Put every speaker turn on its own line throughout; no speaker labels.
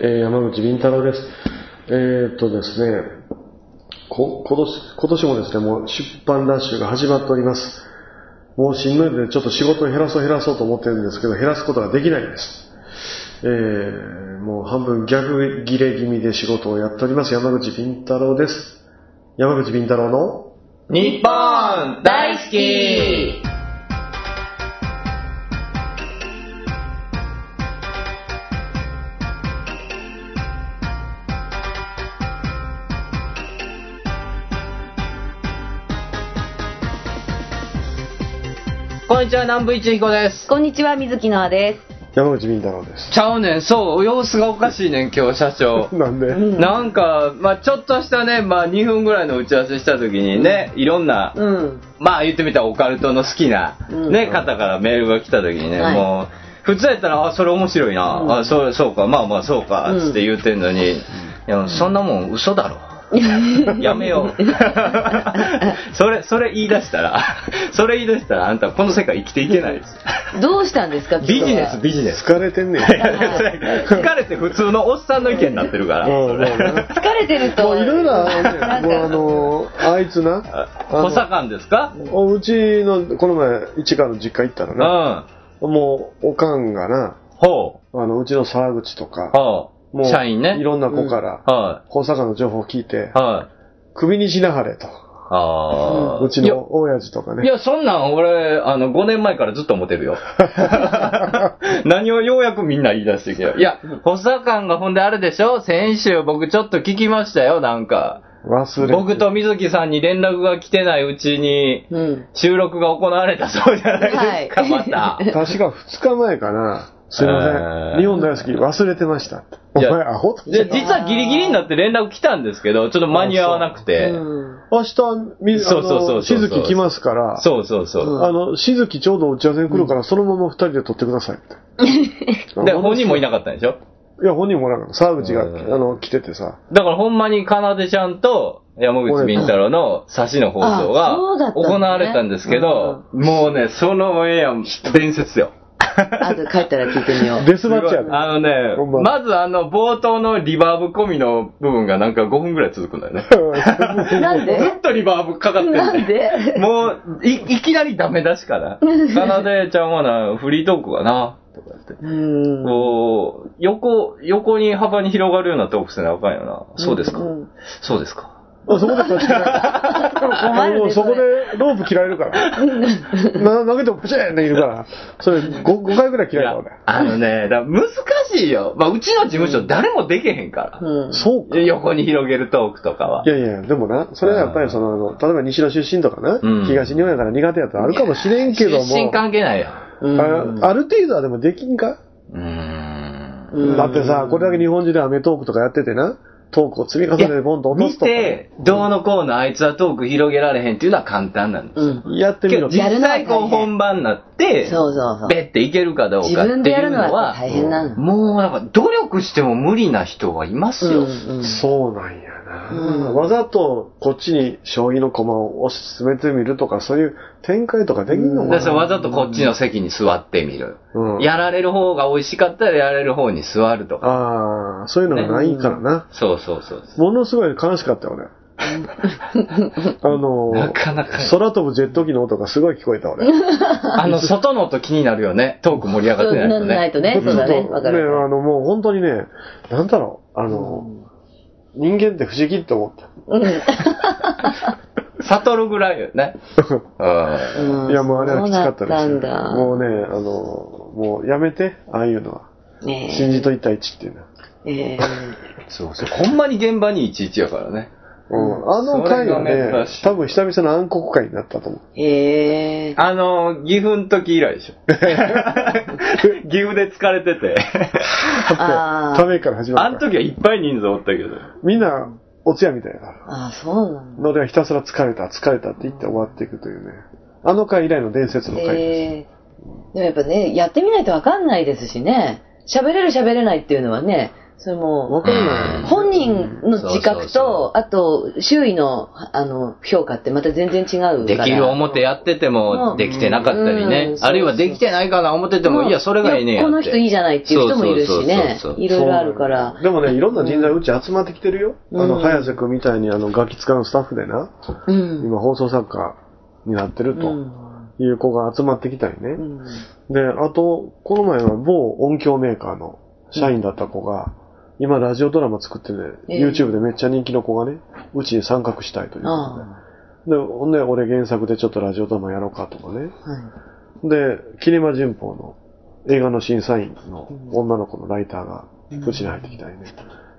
えー山口凛太郎です。えーっとですね、こ、今年、今年もですね、もう出版ラッシュが始まっております。もうしんどいので、ちょっと仕事を減らそう減らそうと思ってるんですけど、減らすことができないんです。えーもう半分ギャグ切れ気味で仕事をやっております。山口凛太郎です。山口凛太郎の
日本大好きこんにちは、南部一彦です。
こんにちは、水木のあで
山口敏太郎です。
ちゃうねん、そう、様子がおかしいねん、今日、社 長。
なんで、
ん
なんか、まあちょっとしたね、まあ2分ぐらいの打ち合わせした時にね、いろんな
す。、うん。
まあ言ってみたらオカルトの好きな、
うん
ね、方からメールが来た時にね、
はい
もう、普通やったら、あ、それ面白いな、
うん
あ、そう、そうか、まあまあそうか、
うん
つって言うてんのに、いや、そんなもん嘘だろ。やめよう。それ、それ言い出したら、それ言い出したら、あんたこの世界生きていけないです。
どうしたんですか、
ビジネス、ビジネス。
疲れてんねん。
疲れて普通のおっさんの意見になってるから、
うん
それ
うんうん
疲れてると。
もういろいろあるね
なん
もうあ
か
のあいつな、あの
補佐官ですか
おうちの、この前、市川の実家行ったら
う
な、
ん。
もう、おかんがな、
ほ
あの、うちの沢口と
う。
か、
ほ
も
う。社員ね。
いろんな子から、
は
大阪の情報を聞いて
い。、はい。
首にしなはれと、
ああ。
うち
いや
の親父とか
い
ね。
や、そんなん俺、あの、5年前からずっと思って るよ。何をようやくみんな言い出してきたよ。いや、補佐官がほんであれでしょ先週僕ちょっと聞きましたよ、なんか。
忘れて
僕と水木さんに連絡が来てないうちに
うん。
収録が行われたそうじゃないですか、
はい
また。
確か2日前かな、すいま
え
せ
ー
ん、日本大好き忘れてましたって。お
いや
前、アホって。
で、実はギリギリになって連絡来たんですけど、ちょっと間に合わなくて。
明日、みあ
そうそうそうそ
の
う
しずき来ますから、
そうそうそう。
あの、しずきちょうど打ち合わせに来るから、そのまま二人で撮ってください って。
で、本人もいなかったんでしょ
いや、本人もなんか、沢口が、
うん
あの、来ててさ、
だからほんまにかなでちゃんと山口敏太郎の差しの放送
あ
が
そうだったんだね
行われたんですけど、もうね、そのオンエア伝説 よ。
あと帰ったら聞いてみよう。
デスマッチやで。
あのね
ほん、ま
まずあの冒頭のリバーブ込みの部分がなんか5分ぐらい続くんだよね。
なんで
ずっとリバーブかかってる。
なんで
もうい、いきなりダメ出し から。かなでちゃんはな、フリートークがな、とかって。
うん。
こう、横、横に幅に広がるようなトークせなあかんよな。そうですか、
うん
そうですか
あそこで立ち切ら
困
れる。
る
もう
ね。
そこ
れ。
でロープ切られるから。な投げてもプチーンっているから、それ 5, 5回ぐらい切られた俺。
あのね、だから難しいよ。まあ、うちの事務所誰もできへんから。
うん。
そうか。
横に広げるトークとかは。
いやいや、でもな、それはやっぱりその、あの例えば西の出身とかな、
うん
東日本やから苦手やったらあるかもしれんけども、
出身関係ないよ。
あある程度はでもできんか
うーん。
うん
だってさ、これだけ日本中でアメトークとかやっててな、トークを積み重ねてボンと落と
見
すとか、
て、どうのこうのあいつはトーク広げられへんっていうのは簡単なんです。
うん。
やってみ
けど
ろ。
やる
実
のは大
際
変
こう本番になって、
そうそうそう。
べっていけるかどう
自
かっ
分
て
で
い
や
う
るの
の
は
は、
大変なの。
もうなんか努力しても無理な人はいます
うん
よ。
うん
そうなんやな、
うん
わざとこっちに将棋の駒を推し進めてみるとか、そういう展開とかできんのか
だから
な、
わざとこっちの席に座ってみる。
うん
やられる方が美味しかったらやられる方に座るとか。
ああ、そういうのがないからな。
そうそう そうそう。
ものすごい悲しかったよ、俺。あの
なかなか
空飛ぶジェット機の音がすごい聞こえた、 俺。
あの、外の音気になるよね。トーク盛り上がってないと
そうない
ね。
とね。そうだね。わか
ねあ
る。
の、もう本当にね、なんだろう、あの、人間って不思議って思った。
悟るぐらいよ ね。うん
うん
いや、もうあれはきつかった
そう
で
だ
す
っ
よ
んだ。
もうね、あの、もうやめて、ああいうのは。
ね
信じといた一っていうのは。
えー
そうそう。ほんまに現場にいちいちやからね。
うん、あの回は
それが
ね
珍しい、
多分久々の暗黒回になったと思う。
えー。
あの、岐阜の時以来で しょ。岐阜で疲れてて。
あー
ためから始まっ
あ
た
の
から。
時はいっぱい人数おったけど。
みんな、お通夜みたいな。
あー、そうなんだ。
のではひたすら疲れた、疲れたって言って終わっていくというね。あの回以来の伝説の回です。
えーでもやっぱね、やってみないとわかんないですしね。喋れる喋れないっていうのはね、それも
わかんない。
う、本人
そ
の自
うそう
覚
そ
と、あと、周囲の、あの、評価ってまた全然違うから。
できる表やってて
う
も
ん
できてなかったりね、
うん
あるいはできてないかな思ってても、いや、それがええねんや
いや
って。
この人いいじゃないっていう人もいるしね
そうそうそう。そう
いろいろあるから。
でもね、いろんな人材うち集まってきてるよ。
うん
あの、早瀬くんみたいにあの、ガキ使うスタッフでな、
うん。
今放送作家になってる
う
と
ん
いう子が集まってきたり
う
ね。
ん
で、あと、この前は某音響メーカーの社員だった子が、今ラジオドラマ作ってて、
ええ
YouTube でめっちゃ人気の子がね、うちに参画したいという
あ
ことで。で、ほんで、俺原作でちょっとラジオドラマやろうかとかね。
あはい
で、キネマ旬報の映画の審査員の女の子のライターが、うちに入ってきたりね。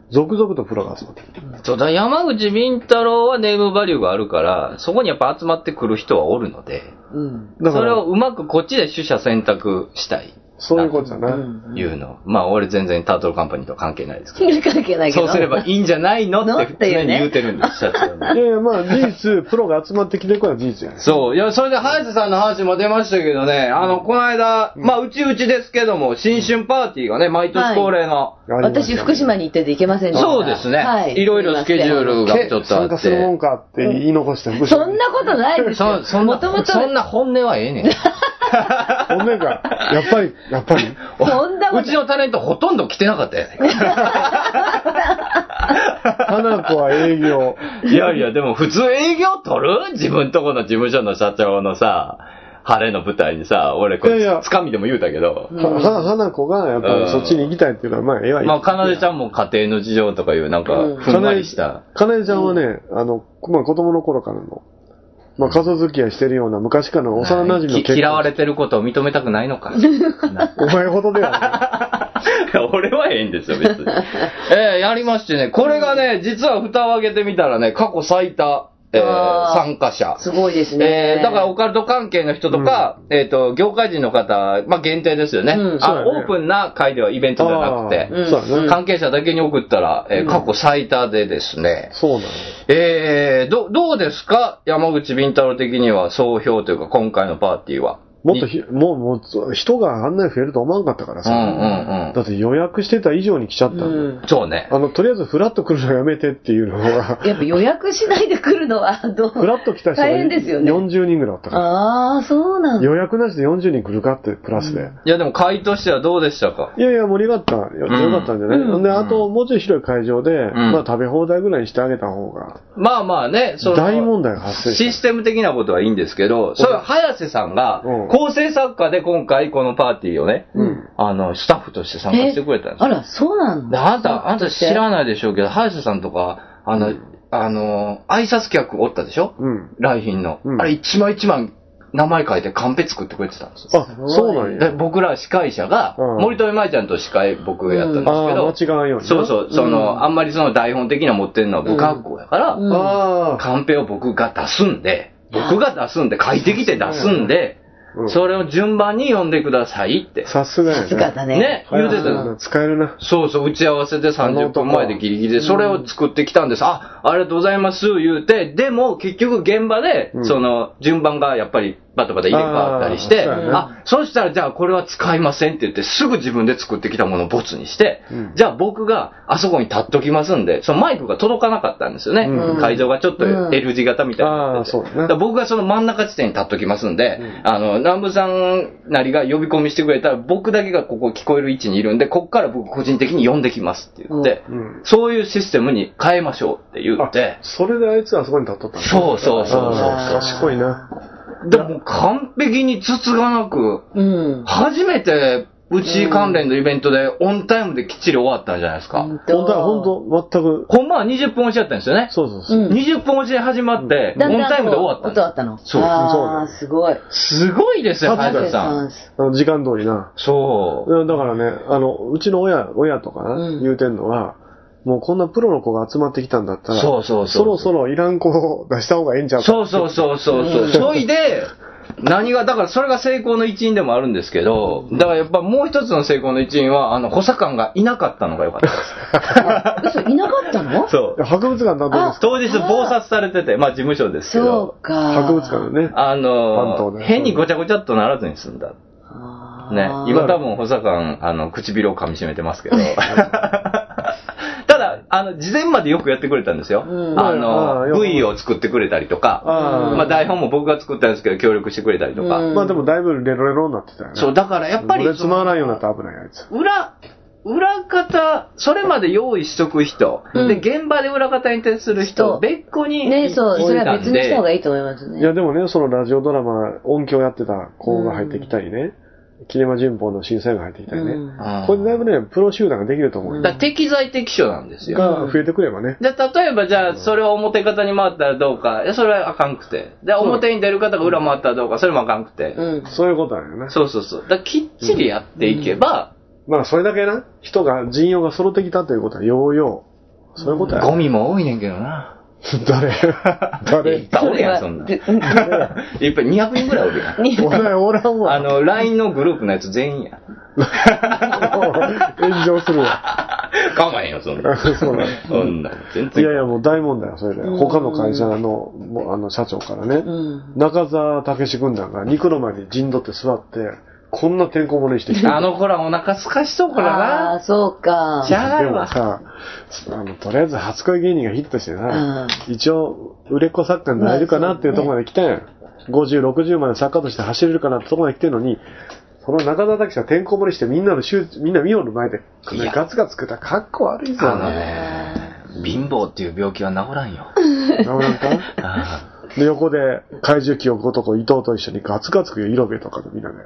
続々とプロが集まってきて。
そうだ、山口敏太郎はネームバリューがあるから、そこにやっぱ集まってくる人はおるので、
うん。
だか
それ
ら
を、うまくこっちで取捨選択したい。
そういうことだ
う
な。
ん
いうの。まあ、俺全然タートルカンパニーとは関係ないですけど。
関係ないけ
そ
ど。
うすればいいんじゃないのって常に言うてるんです、社長
い
に。
やいや、まあ、事 実、プロが集まってきてるから事実やね。
そう。いや、それで、早瀬さんの話も出ましたけどね、あの、この間、まあ、うちうちですけども、新春パーティーがね、毎年恒例の、
私、福島に行ってて行けませんでした。
そうですね、、
はい
ろいろスケジュール
が
が
ち
ち
ょ
ょ
っ
っ
と
と
あ
あ
って。参加
って。
するもんかって言い残して福
そ
島
んなことないですよ
そ。そんな
もともと、
そんな本音はええねん。
ほんねんか。やっぱり、やっぱり。
そんなこと
うちのタレントほとんど来てなかったよね。
花子は営業。
いやいや、でも普通営業取る自分とこの事務所の社長のさ、晴れの舞台にさ、俺こ
い
れ、
やいや
つかみでも言うたけど、
はは花子が、やっぱりそっちに行きたいっていうのは、まあ、ええわ。
まあ、かなでちゃんも家庭の事情とかいう、なん
う
か、
ん
ふんわりした。
かなえちゃんはね、あの、まあ、子供の頃からの、まあ、家族付き合いしてるような昔からの幼馴染の
き嫌われてることを認めたくない のか。な
お前ほどで は
俺はええんですよ、別に。ええやりましてね、これがね、実は蓋を開けてみたらね、過去最多、えー
あー
参加者。
すごいですね。
えー、だからオカルト関係の人とか、えっ、と、業界人の方、まあ、限定ですよね。
うん
そう
あ
だね
オープンな会ではイベントじゃなくて
ない。、ああそうやね。
関係者だけに送ったら、えー
うん
過去最多でですね、
そうなの。
えー、ど、どうですか山口敏太郎的には総評というか、今回のパーティーは。
もっとひ、もう、もう、人があんなに増えると思わんかったから
う
さ。
んうんう
だって予約してた以上に来ちゃったんだよ。
うん
ん。そうね。
あの、とりあえずフラッと来るのやめてっていうのが、
やっぱ予約しないで来るのは、 どう
フラッと来た人が
大変ですよね。
40人ぐらいあったか
ああ、そうな
ら。
んだ。
予約なしで40人来るかってプラスで。
いや、でも会としてはどうでしたか
いやいや、盛り上がった。よよかったんじゃない、
うん
で、あと、もうちょい広い会場で、
ん
まあ食べ放題ぐらいにしてあげた方が、
まあまあね、その、
大問題が発生
シ
し
ステム的なことはいいんですけど、それは早瀬さんが
うん、
構成作家で今回このパーティーをね、
うん
あの、スタッフとして参加してくれたんです
あ
よ。
ら、そうなん
で
だ。
あなた、あなた知ら
ん。
ないでしょうけど、早瀬さんとか、あの、あの、挨拶客おったでしょ
た。うん。
来賓の
う。ん
あれ一枚一枚名前書いてカンペ作ってくれてたんですよ。
あ、そうなん
で
や。
僕ら司会者が、
うん
森富舞ちゃんと司会僕やったんですけ
ああ
ど、
ー、間違わんようにな。
そうそう、その、
うん
あんまりその台本的な持ってるのは不格好やから、
うん
ああ、
カンペを僕が出すんで、僕が出すんで、書いてきて出すんで、
うん
それを順番に読んでくださいって。
さすがや
さすがだね。
ね言うてた
うん
の
使えるな。
そうそう、打ち合わせで30分前でギリギリで、それを作ってきたんです。あ、ありがとうございます、言うて、でも結局現場で
う、ん
その、順番がやっぱりバタバタ入れ替わったりし
あ
て、
ーそうやね
あ、そしたらじゃあこれは使いませんって言って、すぐ自分で作ってきたものをボツにして
うん、
じゃあ僕があそこに立っときますんで、そのマイクが届かなかったんですよね
う。ん
会場がちょっと
うん
L 字型みたいになってて
あーそうだね
だから僕がその真ん中地点に立っときますんで、あの、南部さんなりが呼び込みしてくれたら、僕だけがここ聞こえる位置にいるんで、こっから僕個人的に呼んできますって言って、
うん。
そういうシステムに変えましょうって言
あ
って、
それであいつはあそこに立っとったんだ
そうそうそうそう
あー
そう
賢いな。
でも完璧につつがなく、
うん。
初めてうち関連のイベントでオンタイムできっちり終わったじゃないですか。
本
本当は本当、全く、
ほんまは20分押しやったんですよね。
そうそうそう。
うん
20分押しで始まって、オン
だんだん
タイムで終わったん
音
で
あったの。
そう
ああ、すごい。
す。すごいですよ、
サブ
早瀬さん。
ん。
あの時間通りな。
そう。
うんだからね、あの、うちの親、親とかな、
うん
言うてんのは、もうこんなプロの子が集まってきたんだったら、
そうそうそう
ろそろいらん子を出した方がいいんちゃうか
そうそうそうそうそう。そいで、何が、だからそれが成功の一因でもあるんですけど、だからやっぱもう一つの成功の一因は、あの、補佐官がいなかったのが良かった
嘘、いなかったの
です。 そう。
博物館担当です。
当日謀殺されてて、まあ事務所ですけ
そ
ど、
うか。
博物館でね。
あ
担
の
当、で
変にごちゃごちゃっとならずに済んだ。
あ ー
ね。今多分補佐官、あの、唇を噛み締めてますけど。あの、事前までよくやってくれたんですよ。
うん
あ
ああ
の、
よく
V を作ってくれたりとか、
あー
まあ台本も僕が作ったんですけど、協力してくれたりとか。
うん
まあでもだいぶレロレロになってたよね。
そう、だからやっぱり
こ、れつまらんようになったら危ないやつ。
裏、裏方、それまで用意しとく人、
うん
で、現場で裏方に徹する
そ
人、
う
別個に、
ね、そう、それは別にした方が
い
いいと思いますね。
いやでもね、そのラジオドラマ、音響やってた子が入ってきたりね、キネマ旬報の審査員が入ってきたりね。
うん
た
これでだいぶね、プロ集団ができると思うよ。
だから適材適所なんですよ。
が増えてくればね。
で、例えばじゃあ、それを表方に回ったらどうか、いやそれはあかんくて。で、表に出る方が裏回ったらどうか、それもあかんくて。
うん。
そういうことだよね。
そうそうそう。だからきっちりやっていけば、
まあそれだけな、人が人用が揃ってきたということは、ようよう。そういうことや。
ゴミも多いねんけどな。
誰
い っ
誰
ぱいおるやん、そんなん。いっ
それ は
ぱい200人ぐらいおるやん。
おらん、おらんわ。
あの、LINE のグループのやつ全員や。
炎上するわ。
かまへんよ、そんな ん。
そうなん
そんなん全
い
然。
やいや、もう大問題よ、それで。
うん
他の会社の、もうあの、社長からね
う、ん。
中澤武志軍団が肉の前に陣取って座って、こんなてんこ盛りにしてき
あ
た。
の子らお腹すかしそうから
ああ
な。
ー、そうか。
しゃあな
で
い
も
わ。
さ、あの、とりあえず初恋芸人がヒットしてさ、一応、売れっ子作家になれるかなっていうところまで来たやん。50、60まで作家として走れるかなってところまで来てるのに、その中澤武志がてんこ盛りしてみんなの集、みんなミオの前で、
いや
ガツガツ食ったらかっこ悪いぞ。
あのね、貧乏っていう病気は治らんよ。
なおなんか
あ
で、横で怪獣記憶男伊藤と一緒にガツガツ食うよ、色部とかでみんなで。
ー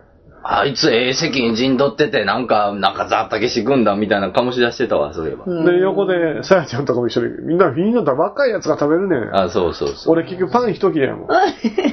あいつええ席に陣取ってて、なんか、中沢武志軍団みたいなの醸し出してたわ、そういえば。
うん
で、横で、さやちゃんとかも一緒に、みんな、みんなだ、若いやつが食べるねん。
あ、そうそうそう。
俺結局パン一切れやもん。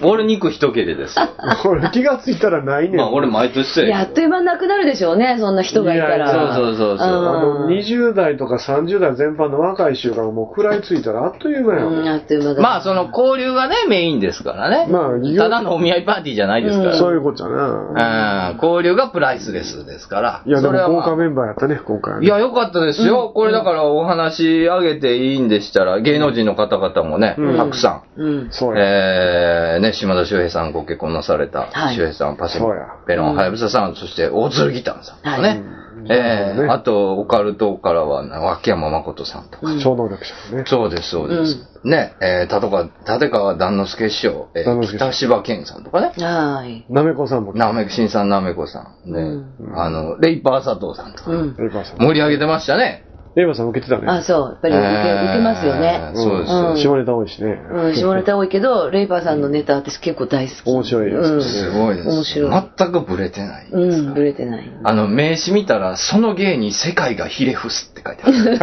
俺肉一切れですよ。
俺気がついたらないねん。
まあ俺毎年そう
いや、あ
や
っ
け
という間なくなるでしょうね、そんな人がいた
いや
ら。
そうそうそうそう
あの、
ん
20代とか30代全般の若い衆がもう食らいついたらあっという間や
うん
もん。
あっという間
ど
だ。
まあその交流がね、メインですからね。
まあいいよ
ただのお見合いパーティーじゃないですから。
そういうことやな。
うん、交流がプライスレスですから。
いや、で
それは
も
ま
豪華
あ
メンバーやったね、今回はね。
いや、良かったですよ。これだからお話あげていいんでしたら、芸能人の方々もね、
うん
たくさ
うん。
そ
ん。
うや。
えー、ね、島田秀平さんご結婚なされた、
はい
秀平さん、パシ
そ
モ
うや、
ペロン、はやぶささん、そして大鶴ギターさんとか
は
ね
い。
え
うん
ー、あと、オカルトからは、脇山誠さんとか。
超能力者ね。
そうです、そうです。ね、えー、立川、立川段之助師匠、え
段
ー、
之助師匠
北芝健さんとかね。
はい。
なめこさんも来た。
なめく、新さんなめこさん。ね、あの、レイパー佐藤さんとか。
うん。
エヴァさん。
盛り上げてましたね。
エヴァさん受けてたね。
あ、そう。やっぱり受け受けますよ
えー
ね。
そうです
ん
よ。
下ネタ多いしね。
うん、下ネタ多いけど、レイバーさんのネタ私結構大好き。
面白いやつ
うん。
すごいです。
面白い。
全くブレてない。
うん、ブレてない。
あの、名刺見たら、その芸に世界がひれ伏すって書いてある。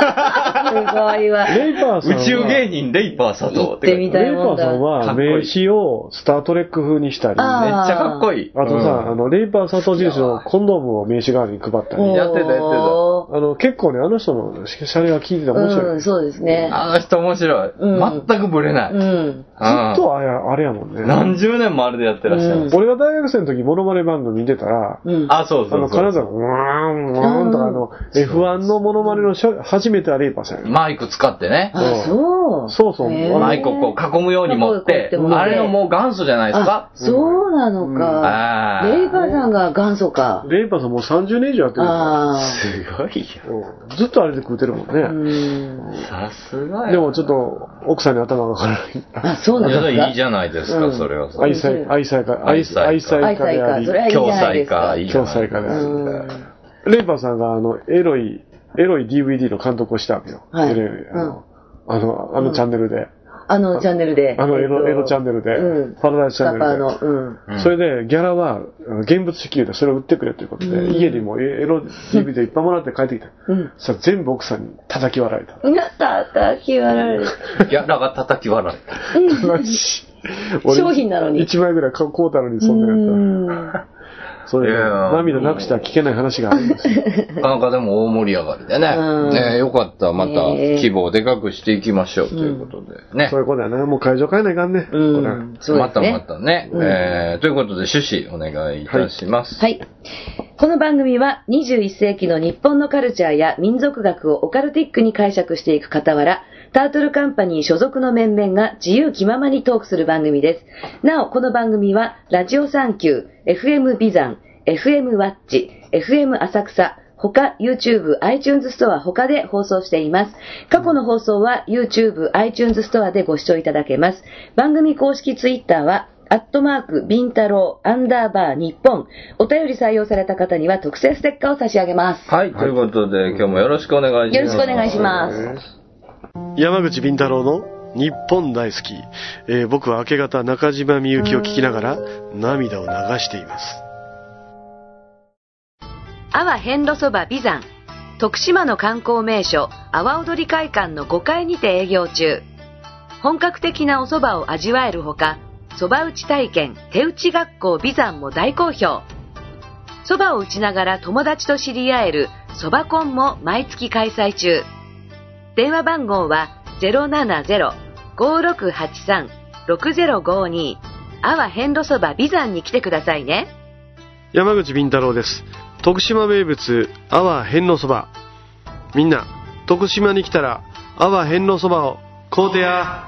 すごいわ。
レイパーさんは。
宇宙芸人レイパー佐藤
行
っ
って
書
て
い
み
てある。
た
レ
い
イパ
も
ー
んだ。
さんは
かっこいい
名刺をスタートレック風にしたり、
あ
め
あ
っちゃかっこいい。
とさ、あの、レイパー佐藤印のコンドームを名刺代わりに配ったり、
やってたやってた
おー
あの、結構ね、あの人のシャレが効いてた面白
う
い。
ん、
ずっ
そうです
う
ね
ん、。あの人面白い。
うん
全くブレない。
う
うん
ん。
とあれあれやもんね。
何十年もあれでやってらっしゃいます。
俺が大学生の時、モノマネ番組見てたら、
うん。
あ、そう
あ
そ
の、
うそ
金
う。
沢が、うわーん、うわーんとか、あの、F1 のモノマネの初初めてはレイパーさんや。
マイク使ってね。
あ、そう。
そうそう
へー
うん
マイクをこう囲むように持って
囲むように持っ、て
あれのもう元祖じゃないです
あ
か、。
そうなのか。
ああ。
レイバーさんが元祖か。
レイパーさんもう30年以上やってるから
ああ。
すごいよ。
うんずっとあれで食うてるもんね。
うん。
さすがよ。
でもちょっと、奥さんに頭がからない。
あ、そう
いや、
な
だからいい
の
じ
か。
ゃないです
う
か、
ん
それはさ。
愛妻、愛妻家、愛妻愛妻
愛
家であ
妻
り
か。それはいいじゃ
共
ない
済
ですか
か、。いいじ
共
ゃない
済家
ですか。
で
う
あ
ん。
り。レイパーさんが、あの、エロい、エロい DVD の監督をしたわけよ。
はい
テレビあの、あの、あのチャンネルで。
あのチャンネルで。
あのエロ、エロチャンネル
う
で
ん。。
パラダイスチャ
パ
ン
パ
ネル
の、
で。
うん。
うん
それで、ギャラは、あの現物支給でそれを売ってくれということで、家にもエロ DVD いっぱいもらって帰ってきた。
うん。
さ、全部奥さんに叩き笑えた。
なたたき割られる。
ギャラが叩き笑い。
マジ
商品なのに
1枚ぐらい買うたのに、
う
そんなやつ。
ん。
そういう
いやいや
涙なくしては聞けない話があるんですよ。
なかなかでも大盛り上がりで
うん
ね。ねよかった。また
ねえ
規模をでかくしていきましょうということで。ね
そう。いうことやな。もう会場変えないかんね。
う
これ
ん。そう
ま
です
た
ね
またね。えーということで趣旨お願いいたします。
はい。この番組は21世紀の日本のカルチャーや民族学をオカルティックに解釈していく傍ら、タートルカンパニー所属の面々が自由気ままにトークする番組です。なお、この番組は、ラジオサンキュー、FM ビザン、FM ワッチ、FM 浅草、
他、YouTube、iTunes ストア他で放送しています。過去の放送は YouTube、iTunes ストアでご視聴いただけます。番組公式 Twitter は、アットマーク、ビンタロウ、アンダーバー、日本。お便り採用された方には特製ステッカーを差し上げます。
はい、ということで、今日もよろしくお願いします。
よろしくお願いします
山口敏太郎の日本大好き、えー僕は明け方中島みゆきを聞きながら涙を流しています
阿波遍路そば美山徳島の観光名所阿波踊り会館の5階にて営業中本格的なお蕎麦を味わえるほか蕎麦打ち体験手打ち学校美山も大好評蕎麦を打ちながら友達と知り合える蕎麦コンも毎月開催中電話番号は070-5683-6052阿波遍路そば美山に来てくださいね
山口敏太郎です徳島名物阿波遍路そばみんな徳島に来たら阿波遍路そばを買うてや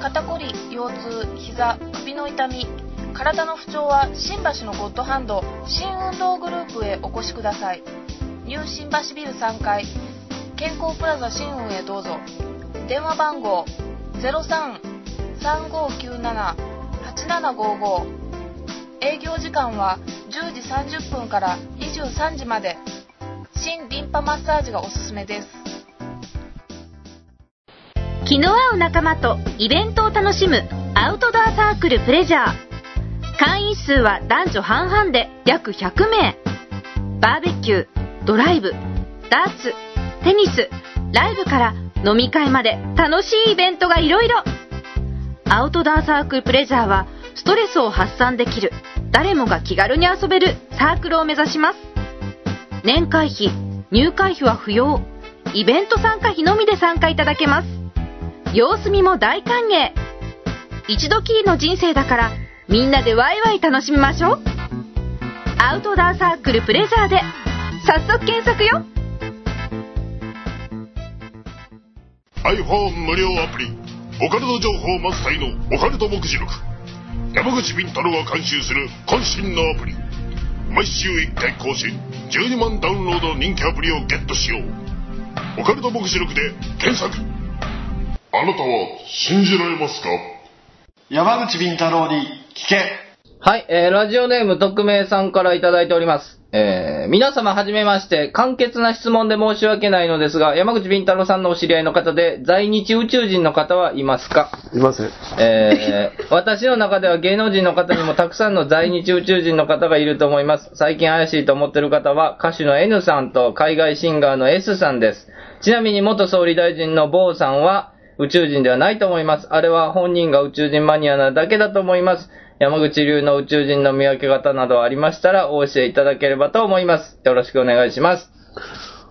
肩こり腰痛膝首の痛み体の不調は新橋のゴッドハンド新運動グループへお越しくださいニュー新橋ビル3階健康プラザ新運へどうぞ電話番号0335978755営業時間は10時30分から23時まで新リンパマッサージがおすすめです
気の合う仲間とイベントを楽しむアウトドアサークルプレジャー会員数は男女半々で約100名バーベキュードライブダーツテニスライブから飲み会まで楽しいイベントがいろいろアウトドアサークルプレジャーはストレスを発散できる誰もが気軽に遊べるサークルを目指します年会費入会費は不要イベント参加費のみで参加いただけます様子見も大歓迎一度きりの人生だからみんなでワイワイ楽しみましょうアウトドアサークルプレジャーで早速検索よ
iPhone 無料アプリオカルト情報満載のオカルト目次録山口敏太郎が監修する渾身のアプリ毎週1回更新12万ダウンロードの人気アプリをゲットしようオカルト目次録で検索あなたは信じられますか
山口敏太郎に聞け
はい、えー、ラジオネーム特命さんからいただいております。えー、皆様はじめまして、簡潔な質問で申し訳ないのですが、山口敏太郎さんのお知り合いの方で、在日宇宙人の方はいますか
いません
えー私の中では芸能人の方にもたくさんの在日宇宙人の方がいると思います。最近怪しいと思ってる方は歌手の N さんと海外シンガーの S さんです。ちなみに元総理大臣の坊さんは宇宙人ではないと思います。あれは本人が宇宙人マニアなだけだと思います。山口流の宇宙人の見分け方などありましたらお教えいただければと思います。よろしくお願いします。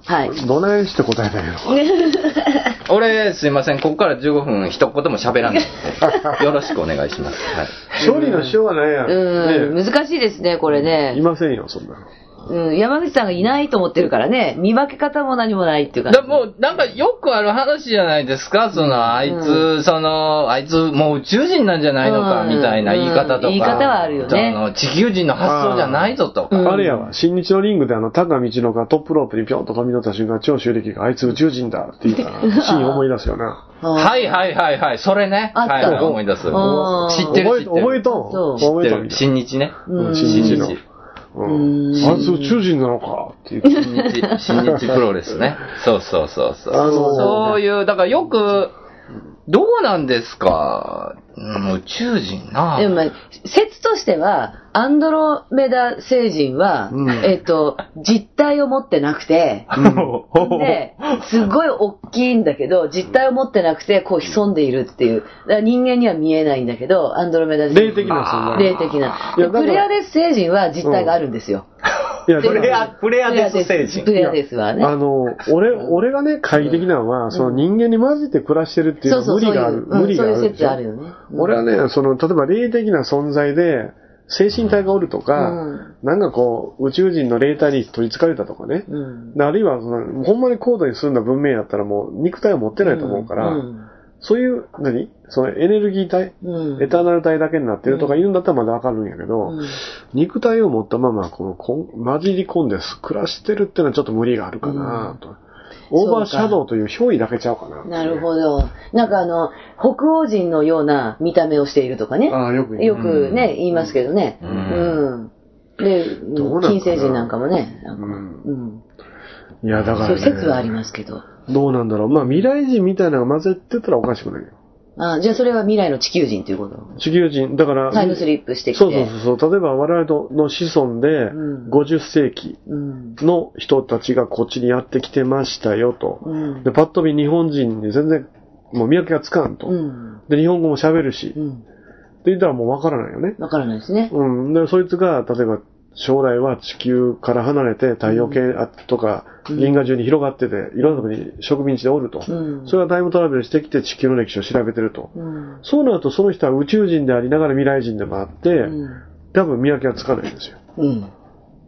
はい
どないして答えたんやろ
俺、すいません。ここから15分一言も喋らないので。よろしくお願いします。はい。
勝利のしようはないや
うん、
ん、ね
難しいですね、これ
えい
ね。
ませんよそんなの
うん、山口さんがいないと思ってるからね、見分け方も何もないっていうか、
だもう、なんかよくある話じゃないですか、その、あいつ、その、あいつ、もう宇宙人なんじゃないのか、
うん
みたいな言い方とか。
うん言い方はあるよね
その、地球人の発想じゃないぞとか。
うん
あれやわ、新日のリングであの、高道のがトップロープにぴょんと飛び乗った瞬間、超襲撃があいつ宇宙人だって言った ら、シーン思い出すよな。
あー
はいはいはいはい、それね。
あった
はいはい、思い出す。知
あー
ってる
覚え
知って
覚え
る。
とん
そう
覚えとん
知ってる。新日ね。
うん
新
新
日
日
の。
の。
新
うん。あいつ宇宙人なのかって言って。
日、新日プロレスね。そうそうそうそう。
あのー
そういう、だからよく、どうなんですか、うん宇宙人な
でも、まあ、説としては、アンドロメダ星人は、
うん
えっ、と、実体を持ってなくて、で、すごい大きいんだけど、実体を持ってなくて、こう潜んでいるっていう。だから人間には見えないんだけど、アンドロメダ星
霊
人
的な
は。
存在。
霊的な。
いやだから
でクレアレス星人は実体があるんですよ。
いや、
で
だから
プレアデス星人
クレアレスはね。
あの、俺、俺がね、怪的なのは、その人間に混じって暮らしてるっていうのは無理がある。
そうそうそういううん
無理がある。
そういう説あるよねうん
俺はね、その、例えば霊的な存在で、精神体がおるとか、
うん
なんかこう、宇宙人の霊体に取り憑かれたとかね。
うん
あるいはその、ほんまに高度に住んだ文明やったらもう肉体を持ってないと思うから、
うん
そういう、何そのエネルギー体、
うん。
エターナル体だけになってるとか言うんだったらまだわかるんやけど、
うん
肉体を持ったまま、このこん、混じり込んで暮らしてるってのはちょっと無理があるかなと。オーバーシャドウという憑依だけちゃうかな。
なるほど。なんかあの、北欧人のような見た目をしているとかね。
ああ、よく言う
よくね、言いますけどね。うん。で、
どうなんかな
金星人なんかもね。なん
う
か
ん。
うん。
いや、だか
そ
ら、
ういう
ね、
説はありますけど。
どうなんだろう。まあ、未来人みたいなのが混ぜてたらおかしくないよ。
あじゃあそれは未来の地球人ということ
地球人、だから、
タイムスリップしてきて。
そうそうそうそう。例えば我々の子孫で
うん
50世紀
うん。
の人たちがこっちにやってきてましたよと。
うん。
で、パッと見日本人に全然もう見分けがつかんと。
うん。
で、日本語も喋るし。って
うん。
言ったらもうわからないよね。
わからないですね。
うん。で、そいつが、例えば、将来は地球から離れて太陽系あとか銀河中に広がってて、いろんなとこに植民地でおると。
うん。
それがタイムトラベルしてきて地球の歴史を調べてると。
うん。
そうなるとその人は宇宙人でありながら未来人でもあって、
うん。
多分見分けがつかないんですよ。
うん。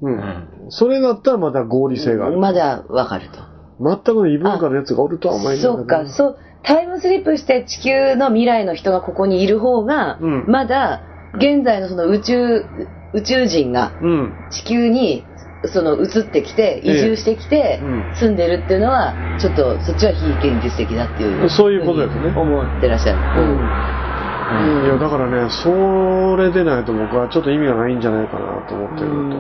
うん。
う
それだったらまだ合理性がある。
まだわかると。
全くの異文化のやつがおるとは思えない
そうか、そう、タイムスリップして地球の未来の人がここにいる方が、
うん
まだ、現在のその宇宙、宇宙人が
う。うん。
地球に、その移ってきて、移
ええ
住してきて
うん、
住んでるっていうのは、ちょっとそっちは非現実的だっていう。
そういうことですね
ふうに思ってらっしゃる。うん
いや、だからね、それでないと僕はちょっと意味がないんじゃないかなと思ってるの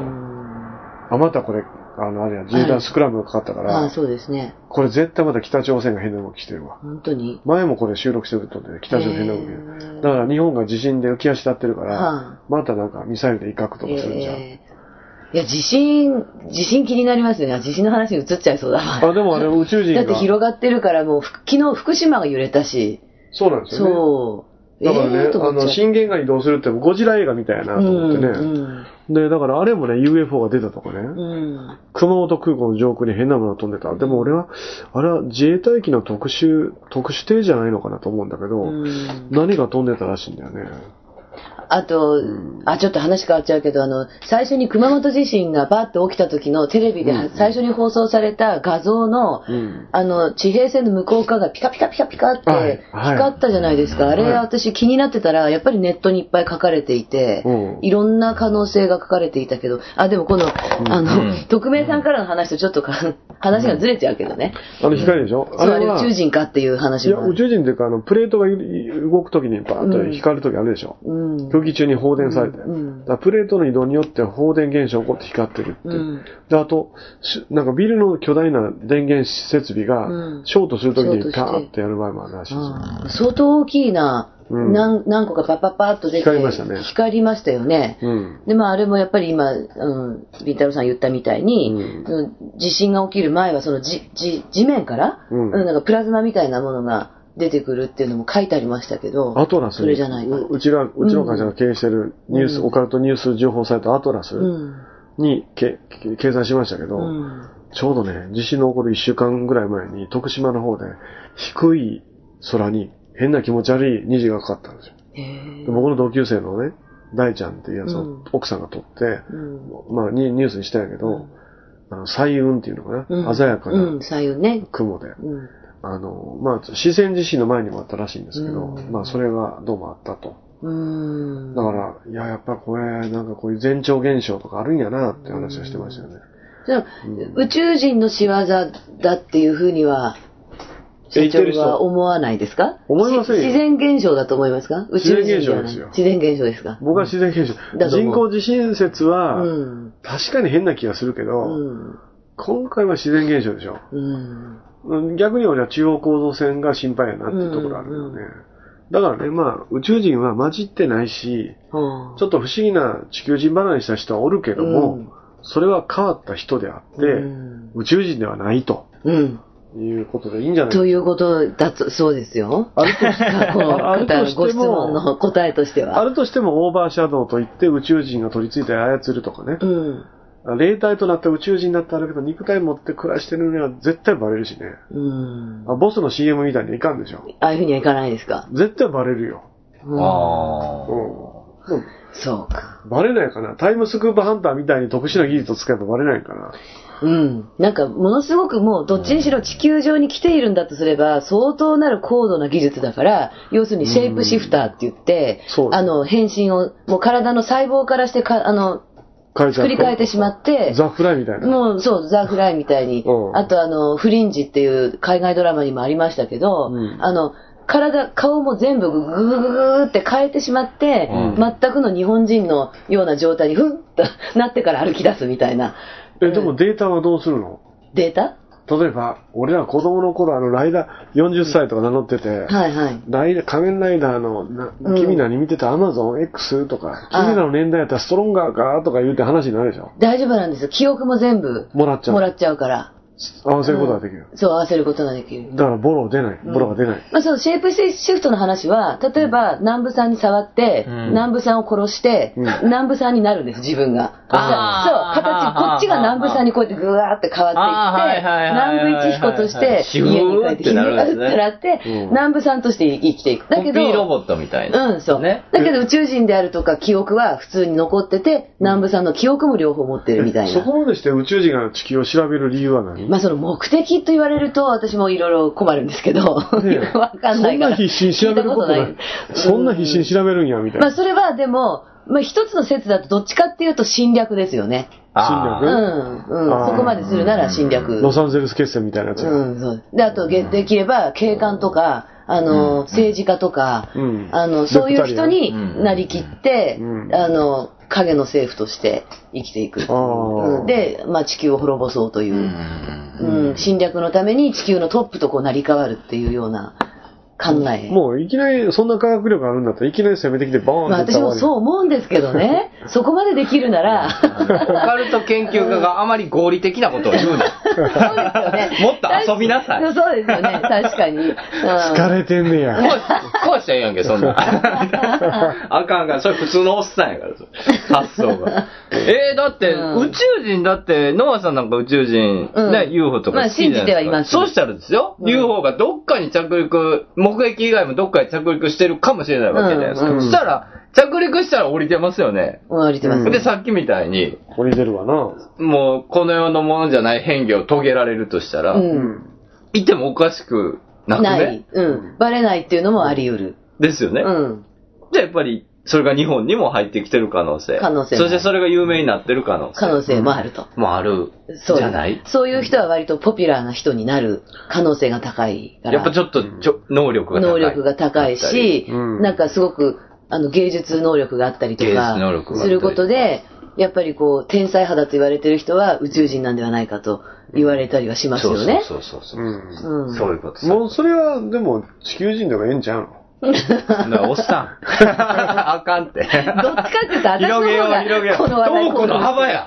と。あ、またこれ、あの、あれや、
い
絨毯スクラムがかかったから、
まあそうですね。
これ絶対また北朝鮮が変な動きしてるわ。
本当に。
前もこれ収録してるとね、北朝鮮変な動
へ
き。
ー
だから日本が地震で浮き足立ってるから、
はあ
またなんかミサイルで威嚇とかするじゃん。
ええいや、地震、地震気になりますよね。地震の話に移っちゃいそうだわ。
あ、でもあれ宇宙人
だ
が。
って広がってるからもう、ふ昨日福島が揺れたし、
そうなんですよね。
そう。
だからね、
えーと
あ
思
の、
っちゃう
震源が移動するって、ゴジラ映画みたいやなと思ってね。
うん
で、だからあれもね、UFO が出たとかね、
うん
熊本空港の上空に変なものが飛んでた。でも俺は、あれは自衛隊機の特殊、特殊艇じゃないのかなと思うんだけど、
うんうん
何が飛んでたらしいんだよね。
あと、あ、ちょっと話変わっちゃうけど、あの、最初に熊本地震がバーッと起きた時のテレビでは最初に放送された画像の、
うん。
あの、地平線の向こう側がピカピカピカピカっ
はい
て
はい
光ったじゃないですか。あれ、
はい
私気になってたら、やっぱりネットにいっぱい書かれていて、
うん
いろんな可能性が書かれていたけど、あ、でもこの、あの、
うん
匿名さんからの話とちょっとか話がずれちゃうけどね。
あの光でしょ、
そう、あれ
は、
宇宙
い
人かっていう話
や、
もあ
宇
る。
宙人っていうか、あの、プレートがい動くときにバーッと光るときあるでしょ、
うん。
空気中に放電されて。
うん
だからプレートの移動によって放電現象が起こって光ってるって。
うん
で、あと、しなんかビルの巨大な電源設備
う
が
ん、
ショートするとき
ショートし
に
て
パーってやる場合もあるらしいですよ。
あ相当大きいな、
うん
何何個かパッパッパッと出て
光りましたね
光りましたよね。
うん。
で、まあ、あれもやっぱり今、うん、りんたろーさん言ったみたいに、
うん
その地震が起きる前は、そのじ、じ、地面から、
うん
なんかプラズマみたいなものが出てくるっていうのも書いてありましたけど、
アトラス
それじゃないか。
ううちが、うちの会社が経営してるニュース、
うん
オカルトニュース情報サイトアトラス
うん。
にけ、け掲載しましたけど、
うん。
ちょうどね、地震の起こる1週間ぐらい前に、徳島の方で、低い空に変な気持ち悪い虹がかかったんですよ。
へえ
で僕の同級生のね、大ちゃんっていうやつを、
うん
奥さんが撮って、
うん。
まあニニュースにしたんやけど、あの、彩雲っていうのかな、
うん
鮮やか
う、
なん
左右ね。
雲で、
うん。
あの、まあ、四川地震の前にもあったらしいんですけど、
うん
まあ、それがどうもあったと。
うん。
だから、いや、やっぱこれ、なんかこういう前兆現象とかあるんやなって話をしてましたよね。
じゃあ宇宙人の仕業だっていうふうには、
え
社
言ってる
長
人
は思わないですか
思いませんよ
し自然現象だと思いますか宇宙人じゃない
自然現象ですよ
自然現象ですか
僕は自然現象。
だと思
人
う
工地震説
う
は、
ん。
確かに変な気がするけ
う
ど、
ん。
今回は自然現象でしょ。
うん。
うん逆に俺は中央構造線が心配やなっていうところあるよね。だからね、まあ、宇宙人は混じってないし、
はあ
ちょっと不思議な地球人離れした人はおるけども、
うん
それは変わった人であって、
うん
宇宙人ではないと
うん。
いうことでいいんじゃない
と
か
いうことだと、そうですよ。
あるとし
過去
ある
の
と
方
しても
のご質問の答えとして
あ
は。
るとしてもオーバーシャドウといって宇宙人が取り付いて操るとかね
う、ん。
霊体となった宇宙人だったらあるけど肉体持って暮らしてるのには絶対バレるしね
うん。
あボスの CM みたいにはいかんでしょ
ああいうふうにはいかないですか
絶対バレるよ、
うん
ああ。
う
そうか。
バレないかな。タイムスクープハンターみたいに特殊な技術を使えばバレないかな。
うん。なんか、ものすごくもう、どっちにしろ地球上に来ているんだとすれば、相当なる高度な技術だから、要するにシェイプシフターって言って
そう、
あの、変身を、もう体の細胞からしてか、あの、
変えちゃう
作
と
り変えてしまって、
ザ・フライみたいな。
もう、そう、ザ・フライみたいに
う、ん
あとあの、フリンジっていう海外ドラマにもありましたけど、
うん
あの、体、顔も全部グググググって変えてしまって、
うん
全くの日本人のような状態にふんっとなってから歩き出すみたいな。
え、でもデータはどうするの
データ
例えば、俺ら子供の頃、あの、ライダー、40歳とか名乗ってて、
はいはい。
ライダー仮面ライダーのな、
うん
君何見てたアマゾン X とか、
あ
君らの年代やったらストロンガーかとか言うて話になるでしょ。
大丈夫なんですよ。記憶も全部
もらっちゃう。
もらっちゃうから。
合わせることができる。
そう合わせることができる。
だからボロ出ない。ボロが出ない。
まあ、そのシェイプシフトの話は、例えば南部さんに触って、
うん
南部さんを殺して、
うん
南部さんになるんです、自分が。
あー
そう、形、こっちが南部さんにこうやってぐわーって変わっていって、
あーはいはいはいはい
南部一彦として
シ
家
ュー
に帰って、
ってなるんですね
ってなって、
うん
南部さんとして生きていく。だ
コ
け
ピーロ
ど、
ボットみたいな。
うん、そう。
ね。
だけど宇宙人であるとか記憶は普通に残ってて、南部さんの記憶も両方持ってるみたい
そ
な。
こまでして宇宙人が地球を調べる理由は何
まあその目的と言われると私もいろいろ困るんですけど、 わ
ねえ
かんないか
そんな
ら。
必死に調べることな
聞い
い
た。
そんな必死に調べるんや、みたい
まあ
な。
それはでも、まあ一つの説だとどっちかっていうと侵略ですよね。
あ
う
うんん、
ー
う
あー
ん。そこまでするなら侵略。
ロサンゼルス決戦みたいなやつ。
うん、そう。で、あと、げできれば警官とか、あの、政治家とか
うん、
あ
レ
の、
クタリア
そういう人に
うん
なりきって
う、ん
あの、影の政府として生きていく。
あー
うんで、まあ地球を滅ぼそうというう。
ん
うん、侵略のために地球のトップとこう成り変わるっていうような考え。
もういきなり、そんな科学力あるんだったらいきなり攻めてきてボーン
まあ
って
私もそう思うんですけどね、そこまでできるなら、
オカルト研究家があまり合理的なことを言うな。 もっと遊びなさい。
そうですよね、確かに。うん
疲れてんねや。
壊しちゃえやんけ、そ んなん。あかんあかん。それ普通のおっさんやから、それ発想が。 えー、だって、
うん
宇宙人だって、ノアさんなんか宇宙人、
うん
ね、UFO とか好きじゃないですか。
まあ信じてはいます
そうしたらですよ、
うん
UFO がどっかに着陸、目撃以外もどっかに着陸してるかもしれないわけじゃないですか。
うんうん
そしたら、着陸したら降りてますよね。
うん降りてます。
で、さっきみたいに、
これ出るわな。
もう、この世のものじゃない変化を遂げられるとしたら、
うん。
いてもおかしくなくね
ない。うん。バレないっていうのもあり得る。
ですよね。
うん。
じゃあやっぱり、それが日本にも入ってきてる可能性。
可能性も
そしてそれが有名になってる可能性。
可能性もあると。
もある。
そう
じゃない
そういう人は割とポピュラーな人になる可能性が高いから。
やっぱちょっと、ちょ能力が高い。
能力が高いし、
うん
なんかすごく、あの、芸術能力があったりと
芸
か
術能力があっ、た
す
り
ることで、やっぱりこう、天才肌と言われてる人は宇宙人なんではないかと言われたりはします
そう
よね。
そうそうそう。
う
うん
そういうことさ
ん。もうそれは、でも、地球人とかええんちゃ うの
だからおっさん。あかんって。
どっちかって言うと私の
広げよ
方
う、
が
広げよう。
この話題
トークの幅や。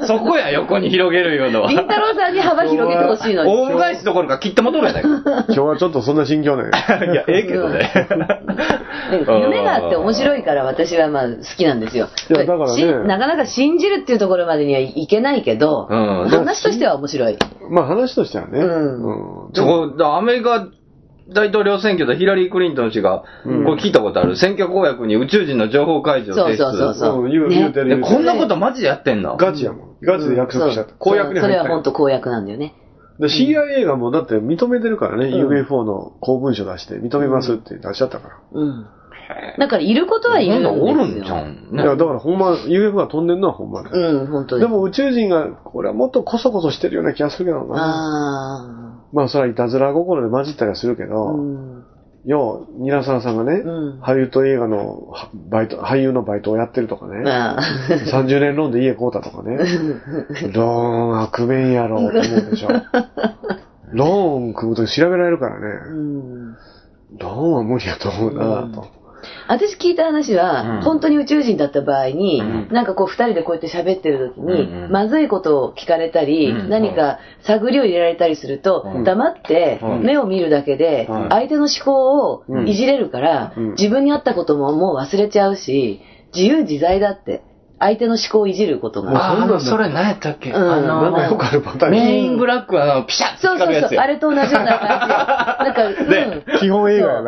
そこや、横に広げるいうの
りん
は。
たろーさんに幅広げてほしいのに。
オウム返しどころか切って戻るやないか。
今日はちょっとそんな心境ね。
いや、ええけどね。
夢があって面白いから私はまあ好きなんですよ。
いやだからね
しなかなか信じるっていうところまでにはいけないけど、
うん
話としては面白い。
まあ話としてはね。
うん
うん
そこ、だアメリカ大統領選挙でヒラリー・クリントン氏が、これ聞いたことある、選挙公約に宇宙人の情報開示を提出。
そうそうそう
うん言う言うてる
で
言うて
こ
る
んなことマジでやってんの
ガチやもん。ガチで約束しちゃった。
そう
公約に
そ
入
れ
っ
は
たよ
本当公約なんだよね。
で CIA がもうだって認めてるからね、
うん
UFO の公文書出して認めますって出しちゃったから。
うん。だからいることはいるんですよ。
おるんじゃん。ね
いや、だからほんま、UFO が飛んでんのはほんまだよ
うん、本当に。
でも宇宙人が、これはもっとこそこそしてるような気がするけどな。
あ
まあそれはいたずら心で混じったりはするけ
あ。う
ど、
ん。
よう、ニラサーさんがね、
うん
ハリウッド映画のはバイト、俳優のバイトをやってるとかね、
まあ、
30年ローンで家買うたとか ね、ローンは組めんやろうと思うでしょ。ローン組むと調べられるから
う
ね、
ん。
ローンは無理やと思うなと。
私聞いた話は、
うん
本当に宇宙人だった場合に、
うん
なんかこう二人でこうやって喋ってる時に、
うんうん
まずいことを聞かれたり、
うん
何か探りを入れられたりすると、
うん
黙って
うん
目を見るだけで、
はい
相手の思考をいじれるから、
うん
自分に合ったことももう忘れちゃうし、自由自在だって、相手の思考をいじること
う
が。
あ
そ
あ
んなんだ
の、それ何やったっけ、
うん
あ
なんかよ
の
くあるパターンや
メインブラックはあのピシャッて
そうそう
光るや
そ
つ
う、あ
や。
れと同じような感じ。なんか、うん。
基本映画や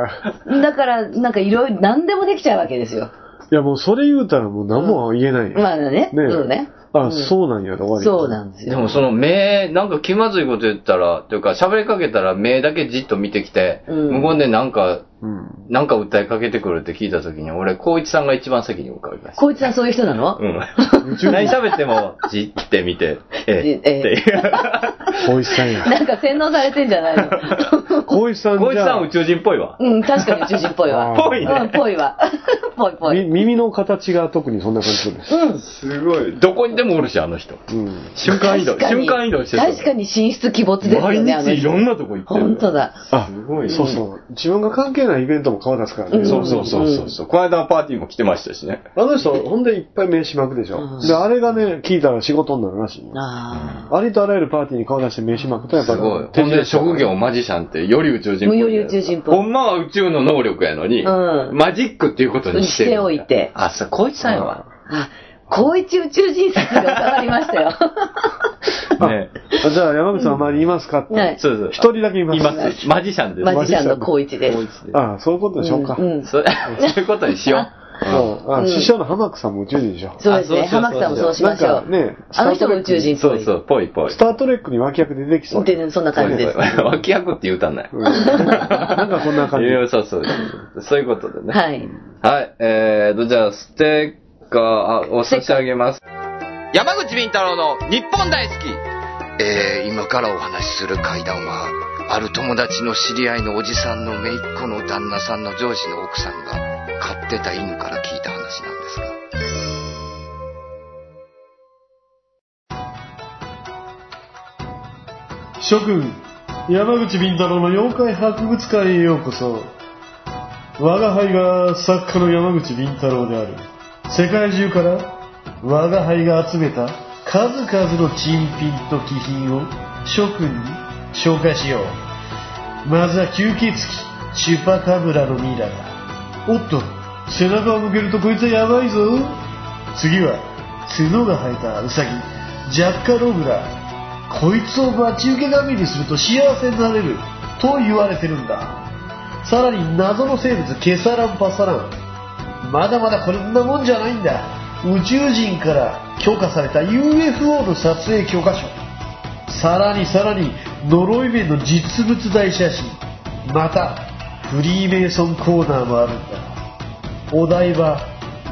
な。
だから、なんかいろいろ、何でもできちゃうわけですよ。
いやもうそれ言うたらもう何も言えないよ。
まあね、
ねえ
そうね。
あ、
ん
そうなんやで終わりや
そうなんです
で
よ。
もその目、なんか気まずいこと言ったら、というか喋りかけたら目だけじっと見てきて、
うん
無言でなんか、
うん。
なんか訴えかけてくるって聞いた時に、俺、光一さんが一番先に浮かびました。
こいつはそういう人なの
うん。何喋っても、じって見て、ええ、
ええ
っていう。
小石さんや。
なんか洗脳されてんじゃないの
小石さん
光
じ
一
ゃ
さ
あ
ん宇宙人っぽいわ。
うん、確かに宇宙人っぽいわ。
あー
ぽいね
うん、ぽいわ。 ぽいぽ
み
い。
耳の形が特にそんな感じするんです。
うん。
すごい。どこにでもおるし、あの人。
うん。
瞬間移動、
確かに
瞬間移動して
確かに寝室鬼没ですよ
毎
ね、あの
日い
人
ろんなとこ行ってる。
本当だ。
あ、
すごいね
そうそう。自分が関係ないイベントも顔出すから
う
ね。
ん
そうそうそうそうそう。この間のパーティーも来てましたしね。
あの人、ほんでいっぱい名刺巻くでし
う
ょ。
ん
で、あれがね、聞いたら仕事になるらしいよ。
あ
ありとあらゆるパーティーに顔出して名刺巻くとやっぱ
す
り
ごい。ほんで、職業マジシャンって、より宇宙人っぽい。
より宇宙人っぽい
ほんまは宇宙の能力やのに、
うん
マジックっていうことにしてる。
しておいて
あ、そう、こいつさんやわ。
あ。あ、高一宇宙人説が伺わりましたよ。
ね。
あじゃあ山口さん周りいますかって。
はい
そうそう。
一人だけいます。
います。マジシャンです。
マジシャンの高一です。
あそういうことでしょうか。
うんうん
それ そういうことにしよう。
そうあ
うん
師匠の浜木さんも宇宙人でしょ。
そうですね。
あそうしよう
浜木さんもそうし
な
ま
ん
しょ
か
う。
ね、
あの人も宇 宙人っぽ
そ
い。
うそう、ぽいぽい
ス。タートレックに脇役で出てきそう。
でねそんな感じです。
脇役って言うたんない。
うんなんかこんな感
い
じ。
やそうそうそう。そういうことでね。
はい。
はい、えーと、じゃあ、ステッカーあを差し上げます。山口敏太郎の日本大好き
えー今からお話しする会談はある友達の知り合いのおじさんの姪っ子の旦那さんの上司の奥さんが飼ってた犬から聞いた話なんですが
諸君、山口敏太郎の妖怪博物館へようこそ。我が輩が作家の山口敏太郎である。世界中から我が輩が集めた数々の珍品と気品を諸君に紹介しよう。まずは吸血鬼、チュパカブラのミイラだ。おっと、背中を向けるとこいつはやばいぞ。次は、角が生えたウサギ、ジャッカロブラ。こいつを待ち受け神にすると幸せになれると言われてるんださらに謎の生物ケサランパサランまだまだこんなもんじゃないんだ宇宙人から許可された UFO の撮影許可書さらにさらに呪い面の実物大写真またフリーメイソンコーナーもあるんだお台場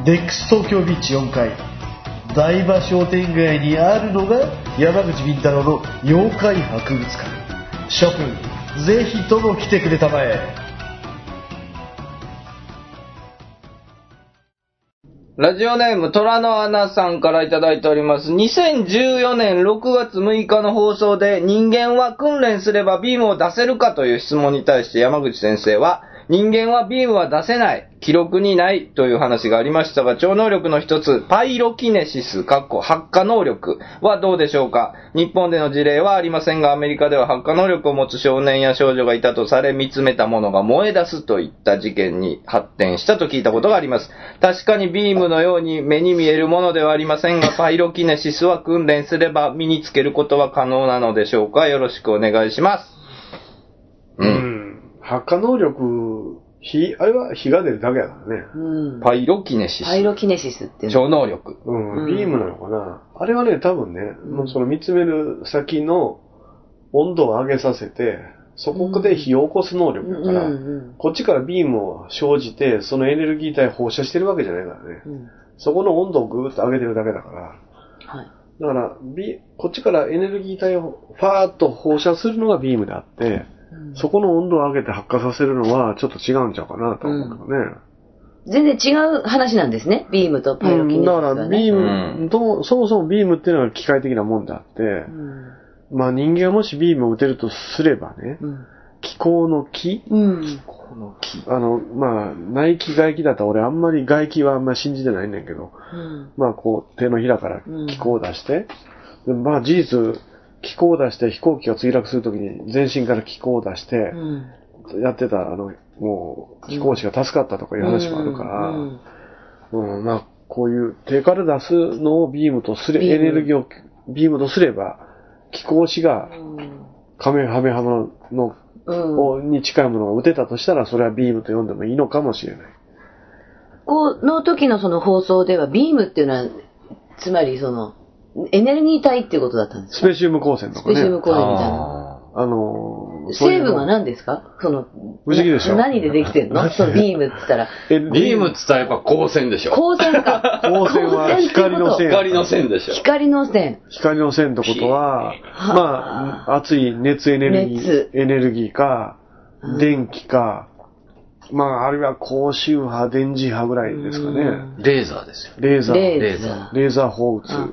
ネックス東京ビーチ4階台場商店街にあるのが山口敏太郎の妖怪博物館諸君ぜひとも来てくれたまえ
ラジオネーム、虎の穴さんからいただいております。2014年6月6日の放送で、人間は訓練すればビームを出せるかという質問に対して山口先生は、人間はビームは出せない、記録にないという話がありましたが、超能力の一つ、パイロキネシス、かっこ発火能力はどうでしょうか日本での事例はありませんが、アメリカでは発火能力を持つ少年や少女がいたとされ、見つめたものが燃え出すといった事件に発展したと聞いたことがあります。確かにビームのように目に見えるものではありませんが、パイロキネシスは訓練すれば身につけることは可能なのでしょうかよろしくお願いします。
う
うん。
ん発火能力火あれは火が出るだけやからね
うん。
パイロキネシ
パイ
ス。
ロキネシスっていうの。
超能力。
うん、
うん
ビームなのかなあれはね多分ね、もうその見つめる先の温度を上げさせてそこで火を起こす能力だ
う
から、
ん
こっちからビームを生じて、そのエネルギー体を放射してるわけじゃないからね。
うん。うん。
そこの温度をぐーっと上げてるだけだから。
はい。
だから、ビこっちからエネルギー体をファーッと放射するのがビームであって、そこの温度を上げて発火させるのはちょっと違うんちゃうかなと思うけどね。
全然違う話なんですね。ビームとパイロキネシス
だか
は、ね。
ら、ビーム、とそもそもビームっていうのは機械的なもんであって、
うん。
まあ人間がもしビームを打てるとすればね、
うん。
気候の気
うん。
あの、まあ、内気外気だったら俺あんまり外気はあんまり信じてないんだけど、
うん。
まあこう手のひらから気候を出して、でまあ事実、気候を出して飛行機が墜落するときに全身から気候を出して
うん。
やってた、あの、もう飛行士が助かったとかいう話もあるから、
う
うんんまあこういう手から出すのをビームとすれ、
ビー
エ
ム
ネルギーをビームとすれば、気候士がカメハメハマの、
うん。
をに近いものを打てたとしたら、それはビームと呼んでもいいのかもしれない。
校の時のその放送では、ビームっていうのは、つまりその、エネルギー体っていうことだったんです
ス
か
ペシウム光線と
ス
かね。
ペシウム光線みたいな。
あ
あのー、そういう
成
の
分は何ですかその、
不思議でしょ
な何でできてんのそのビームって言ったら、
え、
ビームっつったらやっぱ光線でしょ。
光線か。
光線は
光線ってこと
光
光の
の線
線でしょ。
光の線。
光の線ってことは、まあ、熱い熱エネルギー
熱、
エネルギーか、電気か、まあ、あるいは高周波、電磁波ぐらいですかね。
レーザーですよ。
レーザー、
レー
レー
ザー。
レーザー放映。
あ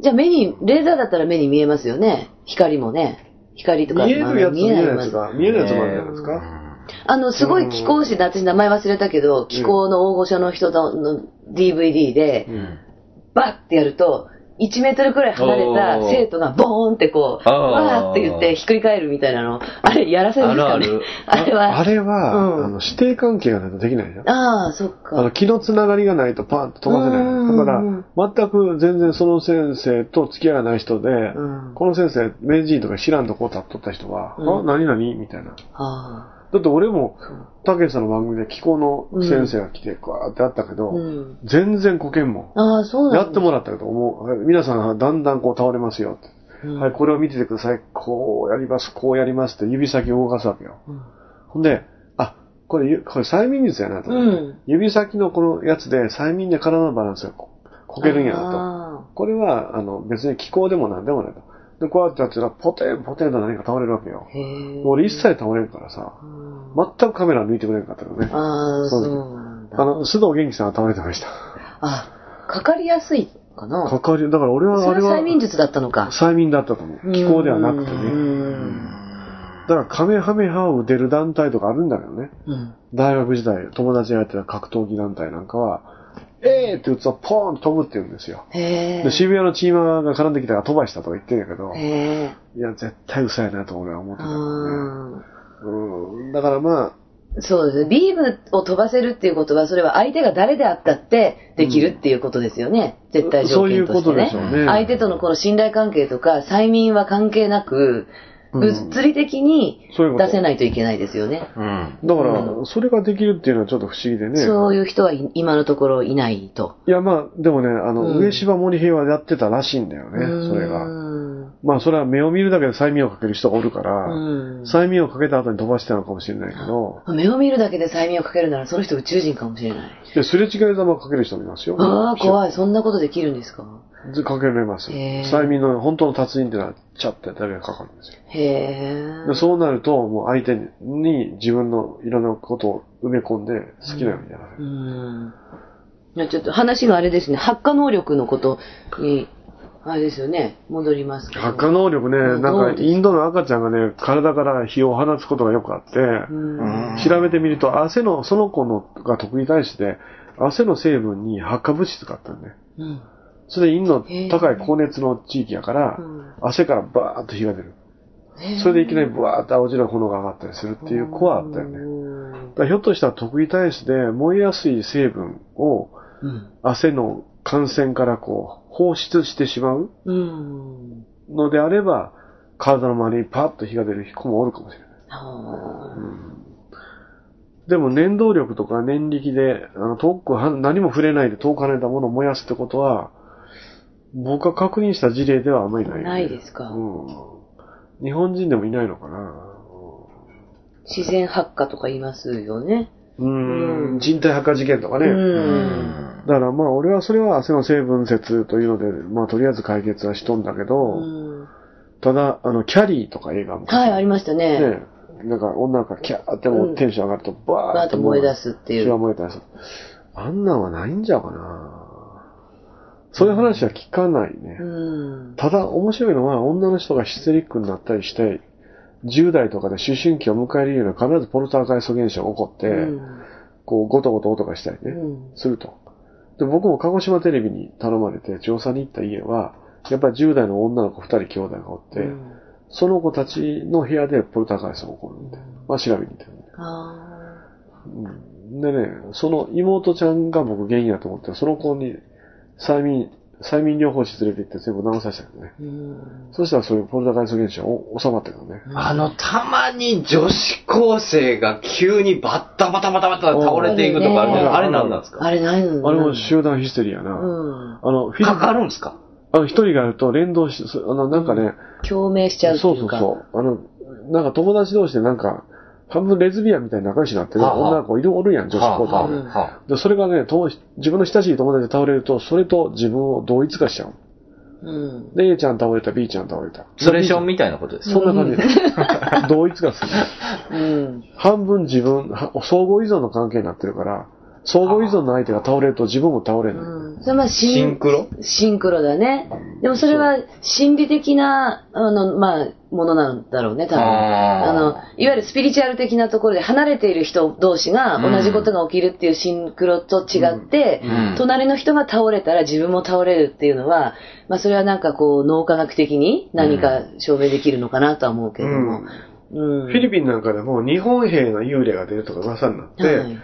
じゃあ目に、レーザーだったら目に見えますよね。光もね。光とか。
見えるやつ、見えないやつ
まあ
が、見えるやつもあるじゃないですか。
あの、すごい気候誌で、私名前忘れたけど、気候の大御所の人のの DVD で、バッってやると、1メートルくらい離れた
おー
生徒がボーンってこう、
あー
わーって言ってひっくり返るみたいなの、あれやらせるんですかね
ある
あれは。
あれは、
うん
あの指定関係がないとできないじゃん。
ああ、そっ
あの、
か。
気のつながりがないとパーンと飛ばせ
う
なんい。だから、全く全然その先生と付き合いがない人で、
うん
この先生、名人とか知らんとこ立っとった人は、
うん
あ、何々みたいな。
あ
だって俺も、たけしさんの番組で気候の先生が来て、ガーってあったけど、
ーうん、
全然こけんもん。
ああ、そうなんだ。
やってもらったけど、もう、皆さん、だんだんこう倒れますよって。
うん
はい、これを見ててください。こうやります、こうやりますって指先を動かすわけよ。ほんで、あ、これ、ゆこれ催眠術やなと思って、
うん
指先のこのやつで催眠で体のバランスがここけるんやな
あ
と。これは、あの、別に気候でもなんでもないと。で、こうやってやってたら、ポテンポテンと何か倒れるわけよ
ー。へー
俺一切倒れんからさ、全くカメラ抜いてくれんかったからね。
ああ、そう
そう
なんだ。
あの、須藤元気さんが倒れてました。
あ、かかりやすいかな。
かかり、だから俺は、
そ
あ
れ
れ
は
は
催、眠術だったのか。
催眠だったと思う。気候ではなくて
う
ね。
ん。
だから、カメハメハを打てる団体とかあるんだけどね。
うん
大学時代、友達がやってた格闘技団体なんかは、えーって打つとポーンと飛ぶって言うんですよ。
へえ
で、。渋谷のチーマーが絡んできたから飛ばしたとか言ってんやけど、
へえ。
いや、絶対嘘やなと俺は思ってたからね。
うん
うん。だからま
そうですね。ビームを飛ばせるっていうことは、それは相手が誰であったってできるっていうことですよね。絶
あ、
対条
そうい
件
う
と
こ
して
と
ね
でしょうね。
相手とのこの信頼関係とか、催眠は関係なく、
うん
物理的に
そういうこと
出せないといけないですよね。
うん。
だから、それができるっていうのはちょっと不思議でね。
そういう人はい今のところいないと。
いや、まあ、でもね、あの、
うん
上芝森平はやってたらしいんだよね、それ
う
が。
ん
まあ、それは目を見るだけで催眠をかける人がおるから、
うん
催眠をかけた後に飛ばしてたのかもしれないけど、
目を見るだけで催眠をかけるなら、その人宇宙人かもしれない。
で、すれ違いざまかける人もいますよ。
ああ、怖
い。
い。そんなことできるんですか
かけれます。
へー
催眠の本当の達人っていうのは、チャッとやっただけでかかるんですよ。
へえ。
でそうなると、もう相手に自分のいろんなことを埋め込んで、好きなようにやられ
う
る。
ん。いや、ちょっと話があれですね、発火能力のことに、あれですよね、戻りますけど。
発火能力ね、
うん
なんかインドの赤ちゃんがね、体から火を放つことがよくあって、
うん。
調べてみると、汗の、その子のが得意体質で、汗の成分に発火物質があったんね。
うん。
それで陰の
へー
高い高熱の地域やから
うん、
汗からバーッと火が出る。それでいきなりバーッと青白い炎が上がったりするっていう子はあったよね。だからひょっとしたら得意体質で燃えやすい成分を
うん。
汗の感染からこう放出してしまう
うん。
のであれば、体の周りにパッと火が出る子もおるかもしれない。
あ
でも念動力とか念力で、あの遠くは、何も触れないで遠く離れたものを燃やすってことは、僕が確認した事例ではあまりない、
ないですか
うん。日本人でもいないのかな。
ー自然発火とか言いますよね。
うん。人体発火事件とかね。
うん。
だからまあ俺はそれは汗の成分説というので、まあとりあえず解決はしとんだけど、
うん
ただ、あの、キャリーとか映画も。
はい、ありましたね。
ね。なんか女の子がキャーってもうテンション上がると、バー
バー
ッ
ッ
と
と
もう
燃え出すってい
火が
う。
燃えたりする。あんなんはないんじゃうかな。そういう話は聞かないね。
うん。
ただ面白いのは女の人がヒステリックになったりして、10代とかで思春期を迎えるような必ずポルターガイスト現象が起こって、
うん
こうゴトゴト音がしたりね、
うん
すると。で、僕も鹿児島テレビに頼まれて調査に行った家は、やっぱり10代の女の子2人兄弟がおって、
うん
その子たちの部屋でポルターガイストが起こるんで、まあ調べに行ってるんで。
あ
うんでね、その妹ちゃんが僕原因やと思って、その子に催眠催眠療法士連れて行って全部治させたけどね。そしたらそういうポルタガイスト現象お収まったけどね。
あの、たまに女子高生が急にバッタバタバタバタ倒れていくとかあるじゃないあれ何なんですか
あれないの
あれも集団ヒステリアな。
うん。
あの、フィ
か
リ
かるんですか
あの、一人がやると連動し、そあの、なんかね、
共鳴しちゃうって
そう
い
そうう
か。
そう。あの、なんか友達同士でなんか、半分レズビアンみたいに仲良しになってる
はあはあ
女の子いるおるやん、女子高
はあ
校
うん
はあ
で。それがね、とも自分の親しい友達で倒れると、それと自分を同一化しちゃう。
うん。
で、A ちゃん倒れた、B ちゃん倒れた。
それションみたいなことです。
そんな感じで。 同一化する。
うん。
半分自分、は相互依存の関係になってるから、相互依存の相手が倒れると自分も倒れる。
うん。それはまあシン
シンクロ
シンクロだね。でもそれは心理的な、あの、まあ、ものなんだろうね、多分。
あー
あの、いわゆるスピリチュアル的なところで離れている人同士が
うん
同じことが起きるっていうシンクロと違って、
うん
隣の人が倒れたら自分も倒れるっていうのは、まあそれはなんかこう、脳科学的に何か証明できるのかなとは思うけれども。うん。
フィリピンなんかでも日本兵の幽霊が出るとか噂になって、
はい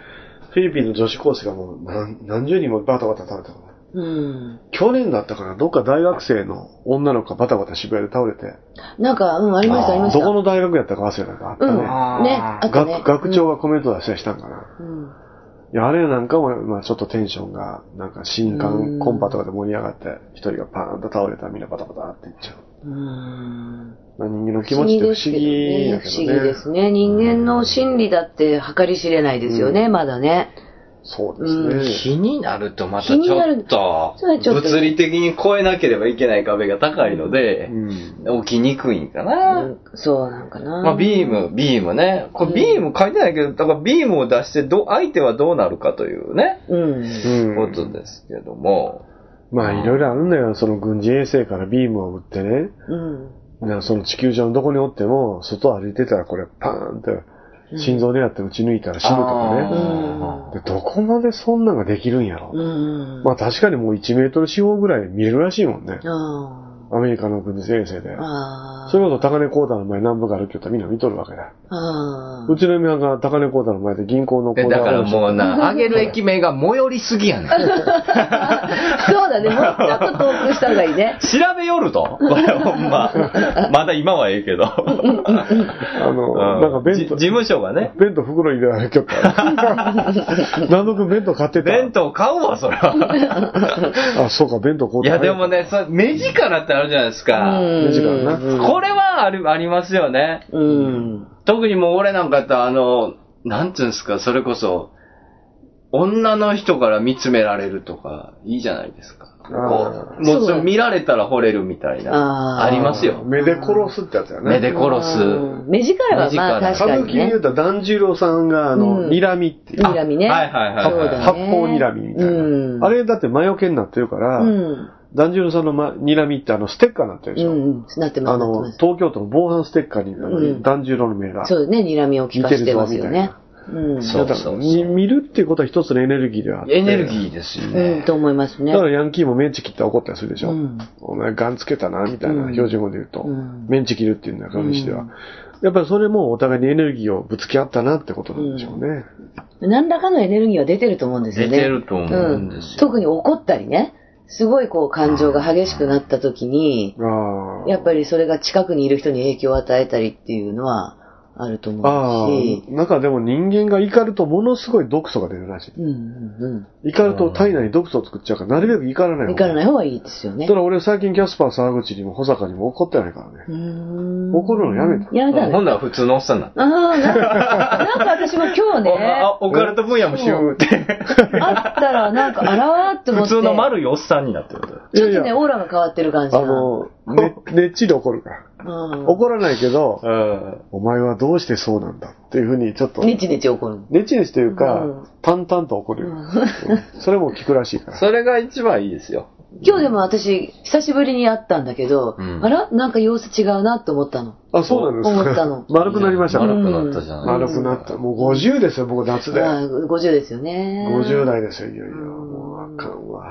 フィリピンの女子高生がもう何何十人もバタバタ倒れたから。
うん。
去年だったかな、どっか大学生の女の子がバタバタ渋谷で倒れて、
なんか、うん、ありました、ありまし
ど
た。
この大学やったか忘れたかあった
う
ね
ん。ね、。あったね。
学学長がコメント出したりしたんかな。
うん。
いや、あれなんかも、まあちょっとテンションが、なんか新
うん
刊コンパとかで盛り上がって、一人がパーンと倒れたらみんなバタバタっていっちゃう。
うん。
まあ人間の気持ちって不思議や
不
け
思議
どね。
ですね。人間の心理だって計り知れないですよね、まだね。
そうですね。
気になるとまた
気に
ち
な
ょ
る
っと
それはちょっと
物理的に越えなければいけない壁が高いので、
うん。
起きにくいんか
う
な。
ん、そうなんかな。
まあ、ビーム、ビームね。これビーム書いてないけど、だからビームを出してどう、相手はどうなるかというね、
うん。
う
こ
ん
とですけども。
まあいろいろあるんだよ。その軍事衛星からビームを打ってね。
うん。
なその地球上のどこにおっても、外歩いてたらこれパーンって心臓狙って撃ち抜いたら死ぬと
あ
かね。
うん。
で、どこまでそんなんができるんやろ。
うん。
まあ確かにもう1メートル四方ぐらい見れるらしいもんね。
あ
アメリカの軍事衛星で
あ。。ああ。
それこそ高根光太の前南部から歩きよったらみんな見とるわけだ。
ああ
う。ちの嫁はんが高根光太の前で銀行の
で、だから
う。
もうな、あげる駅名が最寄りすぎやねん。
そ うだね。もうちょっと遠くした方がいいね。
調べよると。これほんま。まだ今はええけど。
あの、
うん
なんか
じ
弁当
事、務所がね。
弁当袋入れられきょった。 南部君弁当買ってた。
弁当買うわ、それは。
あ、そうか、弁当買う
い
た
や、でもね、そ目力ってあるじゃないですか。
レジからな。
これはある、ありますよね。
うん。
特にもう俺なんかやったら、あの、なんていうんですか、それこそ、女の人から見つめられるとか、いいじゃないですか。こうもう
そう
そ
だ
う見られたら惚れるみたいな。
あー
ありますよ。
目で殺すってやつやね。
目で殺
うん
す。
目力はまあ
目力
確
歌
か
舞
に
伎で
ね
言う。たら團十郎さんが、あ
う
の、
ん
睨みっていう。
睨みね。
はいはいはいはい
そうだね。
八方睨みみたい
うん。
な。あれだって魔除けになってるから
う、ん。
團十郎さんのま睨みってあの、ステッカーになってるでし
う
ょ。
ん。なってます。
あ
なって
の
ます、
東京都の防犯ステッカーにあの
うん
團十郎の目が。
そうね、睨みを聞かせてますよね。うん。
そう
だ
そ
から
う
み
そう。
見るっていうことは一つのエネルギーではあって。
エネルギーですよ
うん、
ね。
と思いますね
だ。からヤンキーもメンチ切ったら怒ったりするでしょ。
うん
お前ガンつけたな、みたいな、
うん
標準語で言うと。
うん
メンチ切るっていうんだから、にしては。
うん
やっぱりそれもお互いにエネルギーをぶつけ合ったなってことなんでしょうね。
何らかのエネルギーは出てると思うんですよね。
出てると思うんですよ
ん特に怒ったりね、すごいこう感情が激しくなった時に、
ああ。
やっぱりそれが近くにいる人に影響を与えたりっていうのはあると
あ
思
あ
うし、。
なんかでも人間が怒るとものすごい毒素が出るらしい。
うんうん
怒ると体内に毒素を作っちゃうから、なるべく怒らない
う
方
ん。怒
が
らない方がいいですよね
た。だ俺最近キャスパー沢口にも保坂にも怒ってないからね。怒
怒
るのやめた。
やめた
うんほん
ね。
なら普通のおっさんになって
ああ、なんかなんか私も今日 ね、
ああオカルト分野もしようって。
あったらなんかあらーって思
普
って、
通の丸いおっさんになってる。
い
ち
や
ょっ
い
とね、
や、
オーラが変わってる感じ
あ
が。
の、ね、ねっちり怒るから。
うん
怒らないけど、
うん。
お前はどうしてそうなんだっていうふうにちょっと、
ね
ね
ちねち怒る。
ちねちというか、
うん
淡々と怒るよ、うんそれも聞くらしいから。
それが一番いいですよ。
今日でも私、久しぶりに会ったんだけど、
うん
あらなんか様子違うな と思ったの。
あ、そうなんですか。
思ったの
丸くなりましたから。
丸くなったじゃない
丸くなった。もう50ですよ、僕夏で。
まあ、50ですよね。
50代ですよ、いよいよ。もうあかんわ。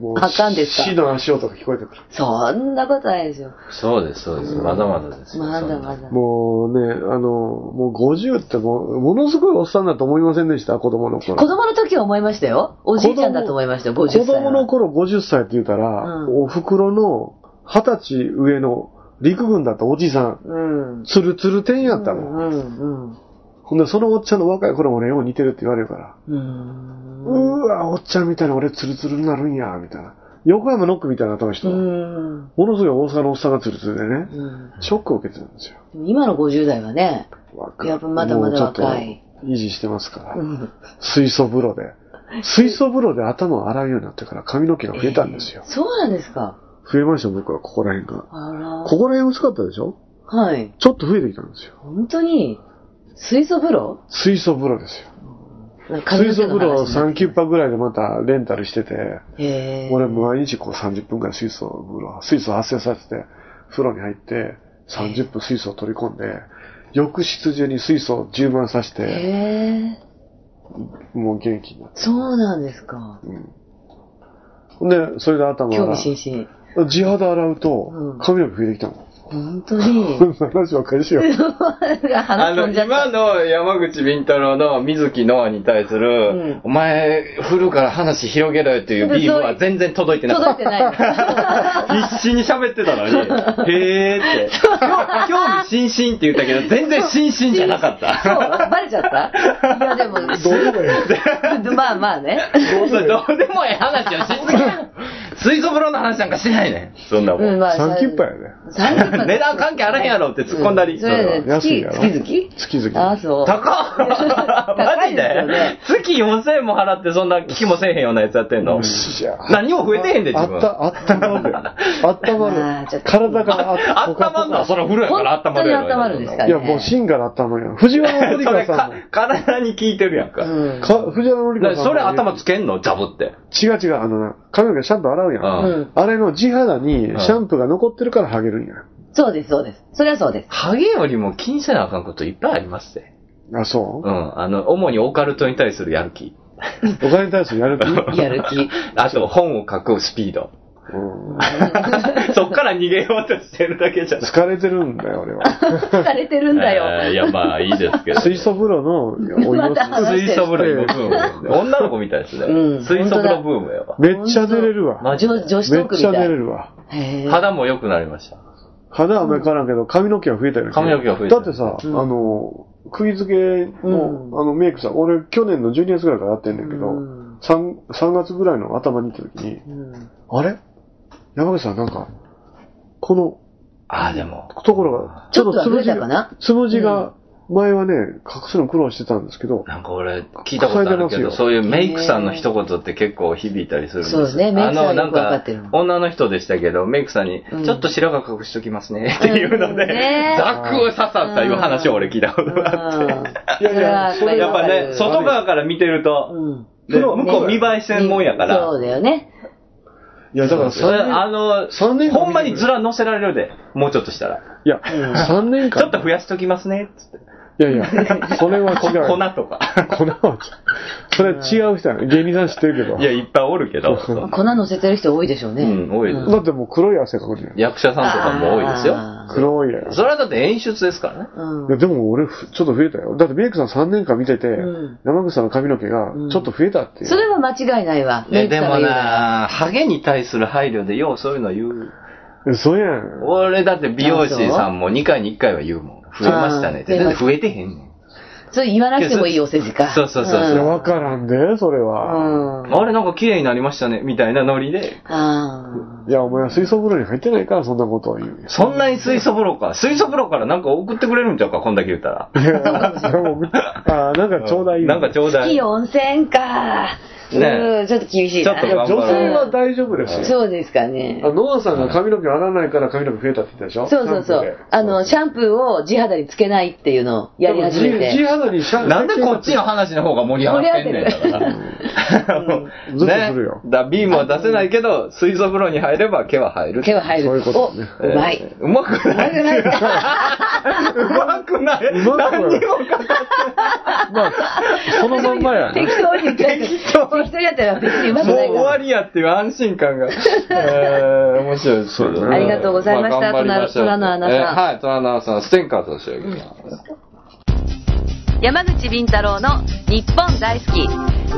もう
あかんですか
死の足音が聞こえてくる。
そんなことないですよ。
そうです、そうです。まだまだですよ。
まだま
そんな
だ。
もうね、あの、もう50ってもう、ものすごいおっさんだと思いませんでした、子供の頃。
子供の時は思いましたよ。おじいちゃんだと思いましたよ、50歳は。
子供の頃50歳って言うたら、
うん
お袋の20歳上の陸軍だったおじさん、
うん。
ツルツル天やったの。
うん、うん。
ほんで、そのおっちゃんの若い頃も俺よう似てるって言われるから、
うーん
うーわ、おっちゃんみたいな俺ツルツルになるんや、みたいな。横山ノックみたいな頭の人、
うん。
ものすごい大阪のおっさんがツルツルでね、
うん
ショックを受けてるんですよ。
でも今の50代はね、
若
やっぱまだまだ若い
もうちょっと維持してますから、
うん
水素風呂で。水素風呂で頭を洗うようになってから髪の毛が増えたんですよ。
そうなんですか。
増えました、僕は、ここら辺が。
あら。
ここら辺薄かったでしょ
はい。
ちょっと増えてきたんですよ。
本当に、水素風呂
水素風呂ですよ。
なんか髪
水
の毛
素
の
風呂を
話
3
に
キュッパぐらいでまたレンタルしてて、
へー
俺毎日こう30分ぐらい水素風呂、水素発生させて、風呂に入って、30分水素を取り込んで、浴室中に水素を充満させ
へ
て、
え。
もう元気になって。
そうなんですか。
ほんで、それで頭
興
洗
味津
う。地肌洗う
う
と
ん、
髪の毛増えてきたもん。
々。本当に。
話ばっか りしよう。
あ
あの、今の山口敏太郎の水木ノアに対する、
うん
お前、振るから話広げろよっていうビームは全然届いてなか
届
っ
いてない。
た。 必死に喋ってたのに、へーって。興味津々って言ったけど、全然心身じゃなかっ
そ
た。
う、バレちゃったいやでも、
どうでもいい。
まあまあね。
それどうでもええ話をしすぎや水素風呂の話なんかしてないねんそんなも
うん、
ん。
まあ。
3キュッパやね。
三キュッパ
値段関係あらへんやろって突っ込んだり。
それね、
安い
月、
やろ
月
月
々あ
々
あ、。そう。
高っマ
高い
ジ
ですよ
で
ね
月4000円も払ってそんな聞きもせえへんようなやつやってんの
いや
何も増えてへんで
あ
自分
った、あったまる。あった
ま
ま
あ
る
ちょっ。と
体が
あったまんのはそれ風呂やからあったまるやろ
本当に温まるんですか
いや、もう芯からあったまるやん。藤原
そ
紀香
れ
さ
か
んも。
体に効いてるやんか
うん。
か藤原紀香さんも
それ頭つけんのザブって
違う違う、あのな、髪の毛シャンプー洗うやん。
うん
うん。
あれの地肌に
ん
シャンプーが残ってるからハゲるんや。
そうです、そうです。それはそうです。
ハゲよりも気にせなあかんこといっぱいありますぜ
あ、そううん
あの主にオカルトに対するやる気
お金に対するやる気 う
やる気。
あと本を書くスピード
ん
そっから逃げようとしてるだけじゃない
疲れてるんだよ、俺は。
疲れてるんだ
えーい
よ。
やまあいいですけど
水素風呂のお湯を
また話
水素風呂ブームですね。女の子みたいですね。
うん
水素風呂ブームやわ。
めっちゃ出れるわ。
マジ
女
で。
女子ト
め
ー
っ
クみ
ちゃ出
た
れ
い。
るわ。
へー
肌も良くなりました。
肌はめからんけど、髪の毛は増えたよね。
髪の毛が増えた
だってさ、
ん
あの、釘付けの、
う
あのメイクさ、俺去年の12月ぐらいからやってんだけど、
うん
三三 3, 月ぐらいの頭に行った時に、
うん
あれ山口さんなんか、この
ああ、でも。
ところが、
ちょっと
つ
は増
む
え
じ
たか
が、
な
つむじが、前はね、隠すの苦労してたんですけど、
なんか俺、聞いたことあるけど、そういうメイクさんの一言って結構響いたりするんですよ
そうねメイクさんはよくわかってる
あのなんか、女の人でしたけど、メイクさんに
う、ん
ちょっと白髪隠しときますね、 っていうの
うん
で
ね、
ザックを刺さったいう話を俺聞いたことがあって。
いやいや
それ
やっ
は
ぱ
わかる
ね、外側から見てると、
うん
で向こう見栄えせんもんやから。
そうだよね。
いやだから
それ、あの、
三年間
ほんまにずら乗せられるで、もうちょっとしたら。
いや、3年間。
ちょっと増やしときますね、つって。
いやいや、それは
こ
違
粉
う。
とか。
粉は違う。それ違う人やね芸人さん知ってるけど。
いや、いっぱいおるけど。
まあ粉乗せてる人多いでしょう
う
ね。
ん、多いです。
だってもう黒い汗かくじゃん。
役者さんとかも多いですよ。
あ
黒いや。
それはだって演出ですからね。
ーうん
いやでも俺、ふちょっと増えたよ。だってメイクさん3年間見てて、
うん
山口さんの髪の毛が
うん
ちょっと増えたっていう。
それは間違いないわ。メ
え
イク
で
さんが
も
言うなら
なハゲに対する配慮でようそういうの言う。
嘘やん。
俺だって美容師さんも2回に1回は言うもん。増えましたねって。
あー
だって増えてへんねん。
それ言わなくてもいいお世辞か。
そうそうそうそ
いや、
ん
わからんで、それは。
うん。
あれなんか綺麗になりましたね、みたいなノリで。
あ
いや、お前は水素風呂に入ってないから、そんなことを言う。
そんなに水素風呂か。水素風呂からなんか送ってくれるんちゃうか、こんだけ言ったら。
いやもうあーなんかちょうだい。
なんかちょう
あ。
だ
い
い。
い温泉か。
ね
うん、ちょっと厳しいな。
ちょっと
女性は大丈夫ですよ。
そうですかね
あ。ノアさんが髪の毛洗わないから髪の毛増えたって言ったでしょ
そうそうそう。あの、シャンプーを地肌につけないっていうのをやり始め
地
て。
肌にシャンプー
なんでこっちの話の方が盛り上がってんねんだから。
んずっとするよ
ねだビームは出せないけど、水素風呂に入れば毛は入る。
毛は入る。
そういうことね
おうまい。
えーうまく
うまく
ない。
ないか
うまくない。
うまくない
何にもかか
まあ、そのまんまや
適
な。
当に言っちゃって
適当
適当にやったら別にうまく
もう
ない
終
か
わ
ら。
りやっていう安心感が。えー、面白いですけどね
そうだねあり
がとうございました
あ頑張りましょう
虎の穴さん
えーはい、トラのアナさん、ステンカーとしてあげます。
山口敏太郎の日本大好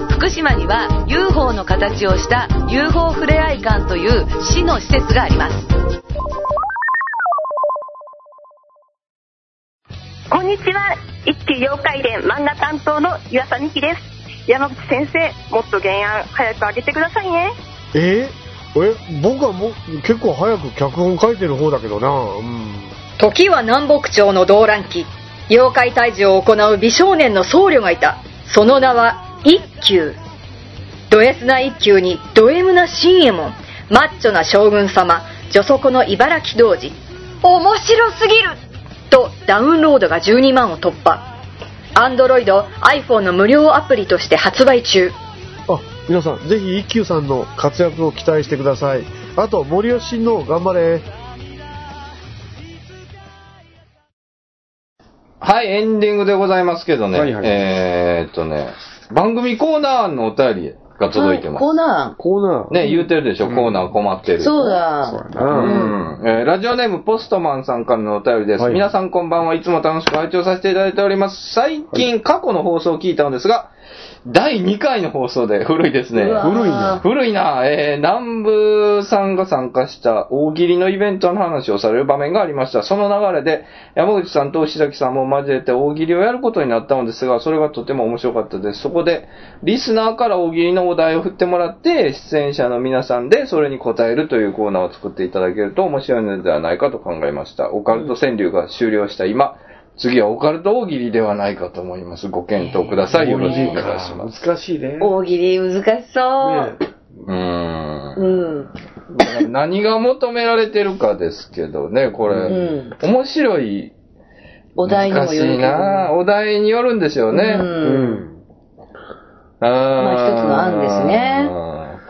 き福島には UFO の形をした UFO ふれあい館という市の施設があります
こんにちは一級妖怪伝漫画担当の岩佐美希です山口先生もっと原案早く上げてくださいね
ええ僕はもう結構早く脚本書いてる方だけどなうん
時は南北朝の動乱期妖怪退治を行う美少年の僧侶がいたその名は一休ド S な一休にド M な新右衛門マッチョな将軍様女底の茨城童子面白すぎるとダウンロードが12万を突破アンドロイド iPhone の無料アプリとして発売中
あ皆さんぜひ一休さんの活躍を期待してくださいあと森吉の頑張れ
はい、エンディングでございますけどね。
はいはい
えーっとね、番組コーナーのお便りが届いてます。
コーナ
コーナー。
ね、言うてるでしょ、コーナー困って
ー
る。
そう
そう
だ
やな。
うんえーラジオネームポストマンさんからのお便りです。
はい
皆さんこんばんはいつも楽しく拝聴させていただいております。最近、過去の放送を聞いたのですが、第2回の放送で古いですね。
うわー古いな
古いな。えー南部さんが参加した大喜利のイベントの話をされる場面がありました。その流れで、山口さんと石崎さんも交えて大喜利をやることになったのですが、それがとても面白かったです。そこで、リスナーから大喜利のお題を振ってもらって、出演者の皆さんでそれに答えるというコーナーを作っていただけると面白いのではないかと考えました。オカルト川柳が終了した今、次はオカルト大喜利ではないかと思います。ご検討ください。よろしくお願いします。
難しいね。
大喜利難しそう、
ね
うーん
う。ん
まあ何が求められてるかですけどね、これ。
うん
面白い。
お題にもよ
難
る
し
け
い
ど
なお題によるんでしょうね。
う
うん
ん。
ま
あ一つの案ですね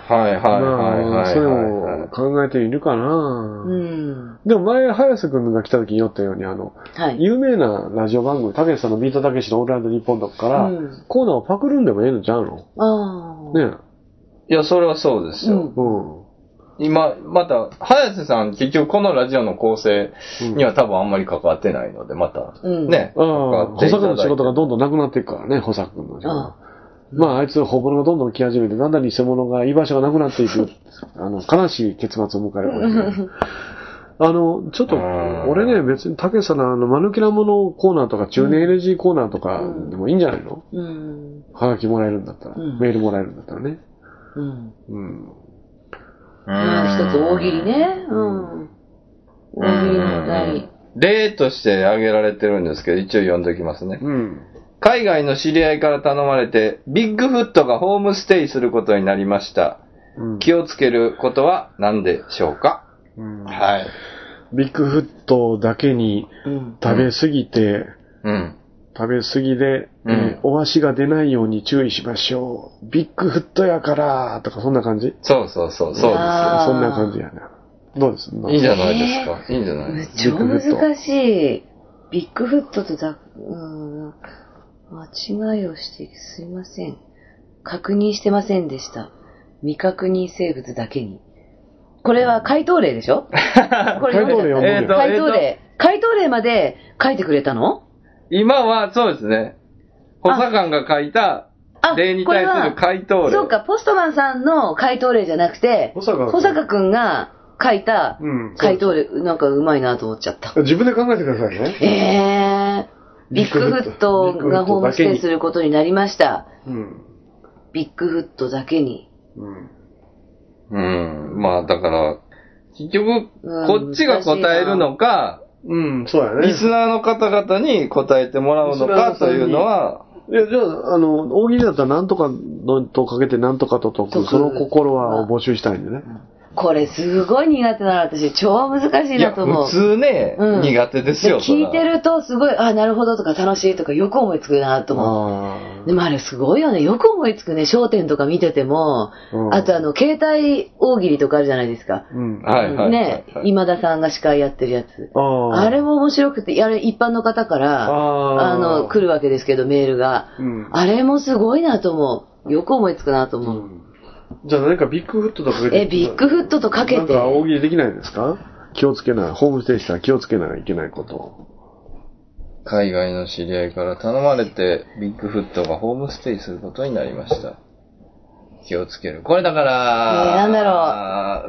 はいはい
ま
はいはいはい。
あ、それも考えているか
う
な。
ん
でも前、早瀬くんが来た時に言ったように、あの、
はい
有名なラジオ番組、たけしさんのビートたけしのオールランド日本とかから、
うん
コーナーをパクるんでもええのちゃうの
ああ、
ね
いや、それはそうです
う
よ。
ん
うん。
今、また、早瀬さん、結局このラジオの構成には多分あんまり関わってないので、また、
うん
ね、
ああ、
関わっ
保
ていた
坂
だい
の
て
仕事がどんどんなくなっていくからね、保坂君の仕事
ああ
まあ、あいつ、本物がどんどん来始めて、だんだん偽物が居場所がなくなっていく、あの、悲しい結末を迎えるこれね。あの、ちょっと、
うん
俺ね、別に、たけしさんのあの、間抜けなものコーナーとか、中年 LG コーナーとかでもいいんじゃないの、
うん
はがきもらえるんだったら、
うん
メールもらえるんだったらね。
うん
うん。
まあ一つ大喜利ねう
うん
ん大喜利のお
うん
題
例として挙げられてるんですけど、一応読んでおきますね。
うん。
海外の知り合いから頼まれて、ビッグフットがホームステイすることになりました。
うん
気をつけることは何でしょうか、
うん
はい。
ビッグフットだけに
うん
食べ過ぎて、
うん。
食べ過ぎで、
うん
えーお足が出ないように注意しましょう。ビッグフットやから、とかそんな感じ
そうそうそう、そうで
あー
そんな感じやな。どうです
す。いいんじゃないですか。いいんじゃないですか。
超難しい。ビッグフットとだ、うん、間違いをしてすいません。確認してませんでした。未確認生物だけに。これは回答例でしょこれ
回答例
読ん
読ん
だ
でる
えーと
よ。
回答例。回答例まで書いてくれたの
今は、そうですね。補佐官が書いた、
あ、
例に
これ
対
は
する回答例。
そうか、ポストマンさんの回答例じゃなくて、
保坂君
保坂くんが書いた
うん
回答例、なんかうまいなと思っち ゃった。
自分で考えてくださいね。
えー、ビッグフットがホームステイすることになりました。
うん。
ビッグフットだけに。
うん。
うん。まあ、だから、結局、
うん
こっちが答えるのか、
うん、そうやね。
リスナーの方々に答えてもらうのかというのは、
えじゃあ、あの、大喜利だったらなんとかのとかけてなんとかと解
解
く、
く
その心はを募集したいんでね。
これすごい苦手なの私、超難しい
いや、
なと思う。
普通ね、
うん
苦手です
で
よ、そら
聞いてるとすごい、あ、なるほどとか楽しいとかよく思いつくなと思う。
ああ。
でもあれすごいよね。よく思いつくね。商店とか見てても、
うん
あとあの、携帯大喜利とかあるじゃないですか。
うん。はいはいはい。
ね、今田さんが司会やってるやつ。
あ
あれも面白くて、あれ一般の方から、あ
あー
の、来るわけですけど、メールが。
うん。
あれもすごいなと思う。よく思いつくなと思う。
じゃあ何かビッグフットとかけて
え、ビッグフットとかけ
なん
て。
か大喜利できないですか気をつけない。ホームステイしたら気をつけなきゃいけないこと。
海外の知り合いから頼まれて、ビッグフットがホームステイすることになりました。気をつける。これだから、
えーなんだ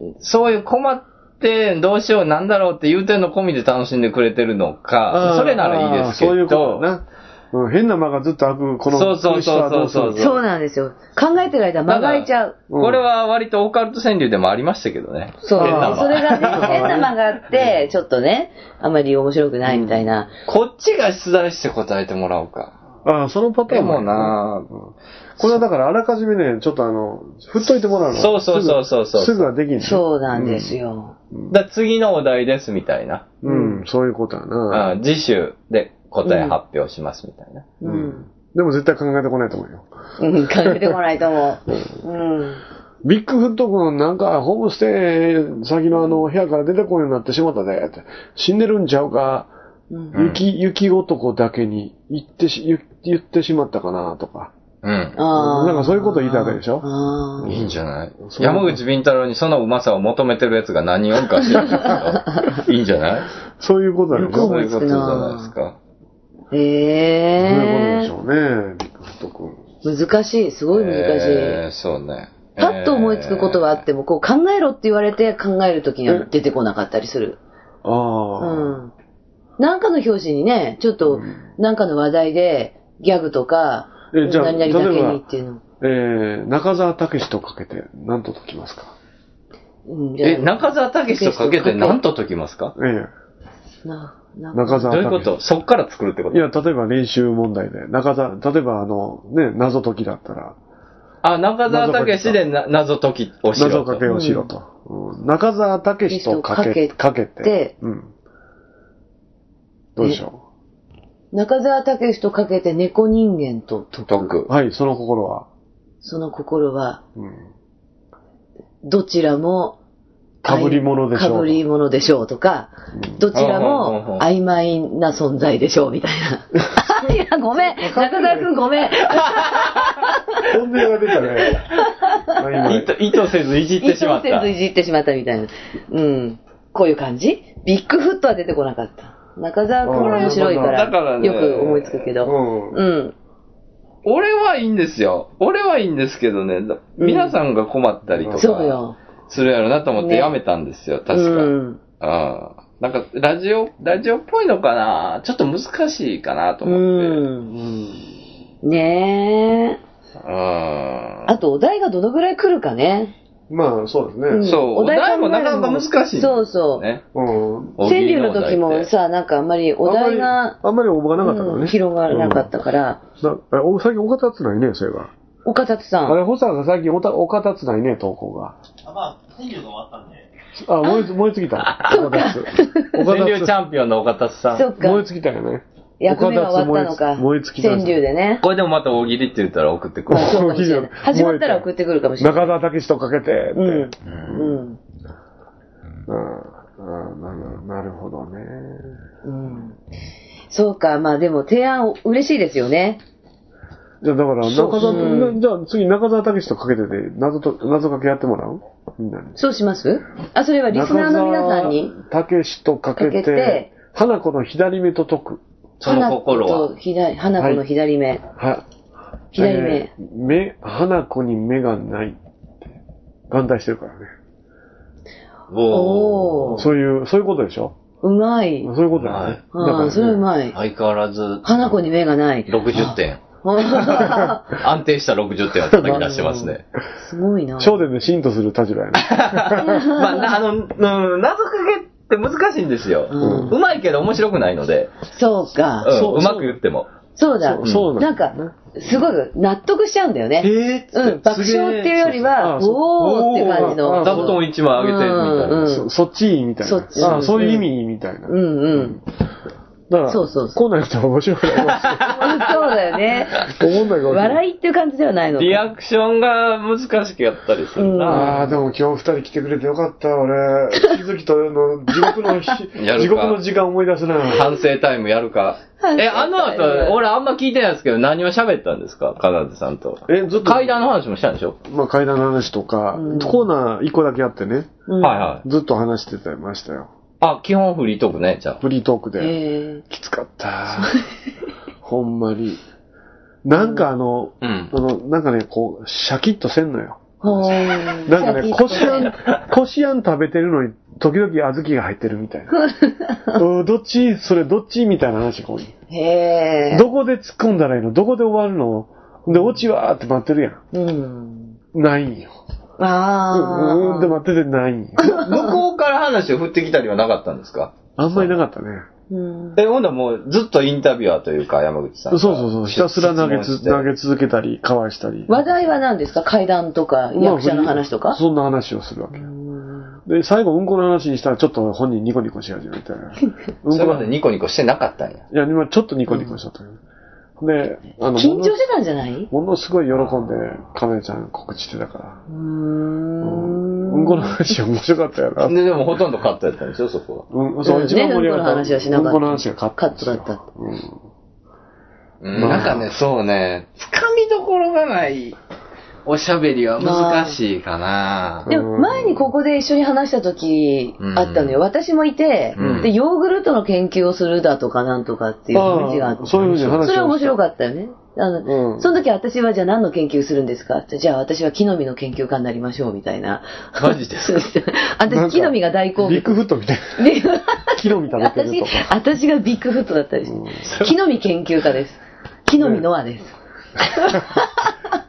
ろう
う。そういう困って、どうしよう、なんだろうって言うてんの込みで楽しんでくれてるのか、それならいいですけど。
あーそういうことだな。うん、変な間がずっと開く、この
そうそうそうそうそう
苦しさはどする
そうなんですよ。考えてる間、間が空いちゃう。
これは割とオカルト川柳でもありましたけどね。
そう。
変な間
それがね、変な間があって、ちょっとね、あまり面白くないみたいな。
こっちが出題して答えてもらおうか。
ああ、そのパター
で
ン
も
ある
な
これはだからあらかじめね、ちょっとあの、振っといてもらうの。
そうそうそうそうそう
すぐすぐはできんし
そうなんですよ。
だ次のお題ですみたいな。
うん、そういうことやな。
うん、次週で答え発表しますみたいな。
うん。
でも絶対考えてこないと思うよ。
うん、考えてこないと思う。うん。
ビッグフット君なんかホームステイ先のあの部屋から出てこんようになってしまったでって。死んでるんちゃうか。雪、雪男だけに言ってし、言言ってしまったかなとか。
うん。
ああ。
なんかそういうこと言いたいわけでしょ
あー
いいんじゃない
そう
山口敏太郎にそのうまさを求めてる奴が何人おるか知らないけど、いいんじゃない
そういうことだよね。そう
そ
よく
う
思
い
いうつ
こ
く
とじゃ
な
ないですか。
え
いうことでしょうね、ビッグフット君。
え。難しい。すごい難
え
し
ー、
い。
そうね。
パッと思いつくことはあっても、こう考えろって言われて考えるときには出てこなかったりする。う
ああ。
ん。なんかの表紙にね、ちょっと、なんかの話題で、ギャグとか、
えじゃあ
何々だけ
例えば
にっていうの。
えー、中澤武史とかけて何と解きますか
うん、じゃあ
え、中澤武史とかけて何と解きますか
え
な、
え
な
中
ど
澤武
う
史。
いうことそっから作るってこ
い
と
や、例えば練習問題で、中澤、例えばあの、ね、謎解きだったら、
あ、中澤武史でな謎解きをしろと。
謎かけをしろと。うん中澤武史とかけ
武史と
か
か
け
けて
て、うん。どうでしょ
中澤武史とかけて猫人間と解く
解く
う。。はい、その心は、
その心は、
うん
どちらも、
かぶり物でしょう
かぶり物でしょうとか、どちら
うんうんうんうん
も曖昧な存在でしょうみたいな。いや、ごめん。中澤くんごめん。
本音が出たね。 今
意図意図せずいじっ
一
てしまった
ず。いじってしまったみたいな。うん。こういう感じビッグフットは出てこなかった。中澤くん面白いか
だから
ら、
ね
よく思いつくけど。
う
うん。
俺はいいんですよ。俺はいいんですけどね、だ皆さんが困ったりとか、
そうよ。
するやろなと思って
ね
やめたんですよ、
う
確
ん。
か。ああなんか、ラジオ、ラジオっぽいのかなちょっと難しいかなと
う
思って。
ん。ねえ。
あ
あと、お題がどのぐらい来るかね。
ん。まあ、そうですね。
ん
そう
考え
お題
るの
もなかなか難しい
そうそう。
ね。
うん。
大喜
川
利
柳の
お題
時
って
もさ、なんかあんまりお題が、
あんまり応募がなかったから
う
ね
ん。広がらなかったから、
なあれお最近お片つないね、そういえば。
岡崎さ
あ
ん、
れ、ホサが最近おたお片つないね、投稿が。あ、まあ、川柳が終わったんで。あ、燃え、燃え尽きた。お片つ。お
川
片
柳
つ
チャンピオンの岡田さん。
そっか、
燃え尽きたよね。
役目が終わったのか、
燃え尽きた
川柳でね。
これでもまた大喜利って言ったら送ってくる。
まあそうかもしれない。
燃え
始まったら送ってくるかもしれない。
中澤武史とかけてって。
うん
うん。
うん。
あなるなるほどね。
うん。そうか、まあでも提案嬉しいですよね。
じゃあだから、
そう
中澤
う
君、じゃあ次中澤武史とかけてで、謎と、謎かけやってもらうみんなに。
そうしますあ、それはリスナーの皆さんに、
中澤武史とかけ
かけ
て
て、
花子の左目と解く。
その心
花子
は
と。左、花子の左目。
は
左目
えー目、花子に目がないって。眼帯してるからね。
おお。
おおー
そういう、そういうことでしょ
うまい。
そういうことだよね。だから
あ
ね
あ、それうまい。
相変わらず、
花子に目がない。
60点。
あ
安定した60点を叩き出してますね。
すごいな。
焦点でシンとする立場やね。
まあ、なあの、うん、謎かけって難しいんですよ。
うん
うまいけど面白くないので、
そうか。
うん
そう
うまく言っても。
そうだ。
そうそうな
なんん
だ
か、すごく納得しちゃうんだよね。
え
うん、爆笑っていうよりは、
すげえ
おーって感じ
あ
の。
座布団1枚あげて、みたいな。
うん
そそっちいいみたいな。
そっち
あそういう意味みたいな。
うんうん。
だから、
そうそう
こんなんやったら面白くない
そうだよね。
と思うんだけど。
笑いっていう感じではないの。
リアクションが難しくやったりするな。
ああ、でも今日二人来てくれてよかった、俺。気づきとの地獄の日、
やるか
地獄の時間思い出すな。
反省タイムやるか。え、あの後、俺あんま聞いてないですけど、何を喋ったんですかかなでさんと。
え、ずっと、
階段の話もしたんでしょ、
まあ、階段の話とか、コーナー一個だけあってね、
うん
はいはい。
ずっと話してたましたよ。
あ、基本フリートークね、じゃあ。
フリートークで。
え
きつかった。ほんまに。なんかあの、
うん
あ。の、なんかね、こう、シャキッとせんのよ。
ーほー
なんかね、こしあ
シャキッとね
ん、こしあん食べてるのに、時々小豆が入ってるみたい な。うんどっち、それどっちみたいな話こういう
へえ。
どこで突っ込んだらいいのどこで終わるので、落ちはーって待ってるやん。
うん。
ないんよ。
ああ。
うーんで待っててないんよ。
向こうから話を振ってきたりはなかったんですか
あんまりなかったね。
うん
え、ほんだらもうずっとインタビュアーというか、山口さん
そう
が。
そうそう。ひたすら投げ
質
つ
問して
投げ続けたり、かわいしたり。
話題は何ですか階段とか、
まあ
役者の話とか
そんな話をするわけよ。で、最後、うんこの話にしたら、ちょっと本人ニコニコし始めて。うん
それ
こ
ま
の
で
い
ニコニコしてなかったんや。
や、今ちょっとニコニコしちゃったけど。で、あの、
緊張
もの
してたんじゃない
ものすごい喜んで、カメちゃん告知してたから。
うー
うん
ん。
うんこの話面白かったよな。
で、でもほとんどカットやったんでしょ、そこ
うん、そう、一番盛り上がった。
うんこの話はしなかった
うんこの話がカットですよ。
カットだっ
は。うん、なんかね、そうね、つかみどころがないおしゃべりは難しいかな。
でも前にここで一緒に話した時あったのよ。私もいて、
うん
で、ヨーグルトの研究をするだとかなんとかっていう話があっ
ああ
て。
そういうふうに話を
それは面白かったよね。あの、
うん
その時私はじゃあ何の研究するんですかってじゃあ私は木の実の研究家になりましょうみたいな。
マジですか
なん
私
か
木の実が大好
ビッ
物。
グフットみたい な。
で
木の実食べてる
私
とか。、
私がビッグフットだったりして。木の実研究家です。木の実ノアです。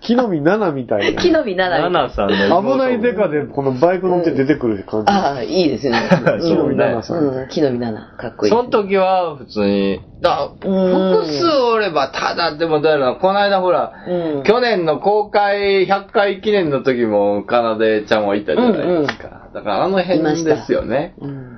木の実7みたいな。
木の実ナナ
ナナさんの
危ないデカで、このバイク乗って出てくる感じ。
ああ、いいですね。
木の実7さんみたいな。
うん、木の実ナナかっこいい。
その時は普通に、だ
うん
複数おれば、ただでもだよな、この間ほら、
うん
去年の公開100回記念の時も、かなでちゃんはいたじゃないですか。だからあの
いま
辺
した
ですよね。
うん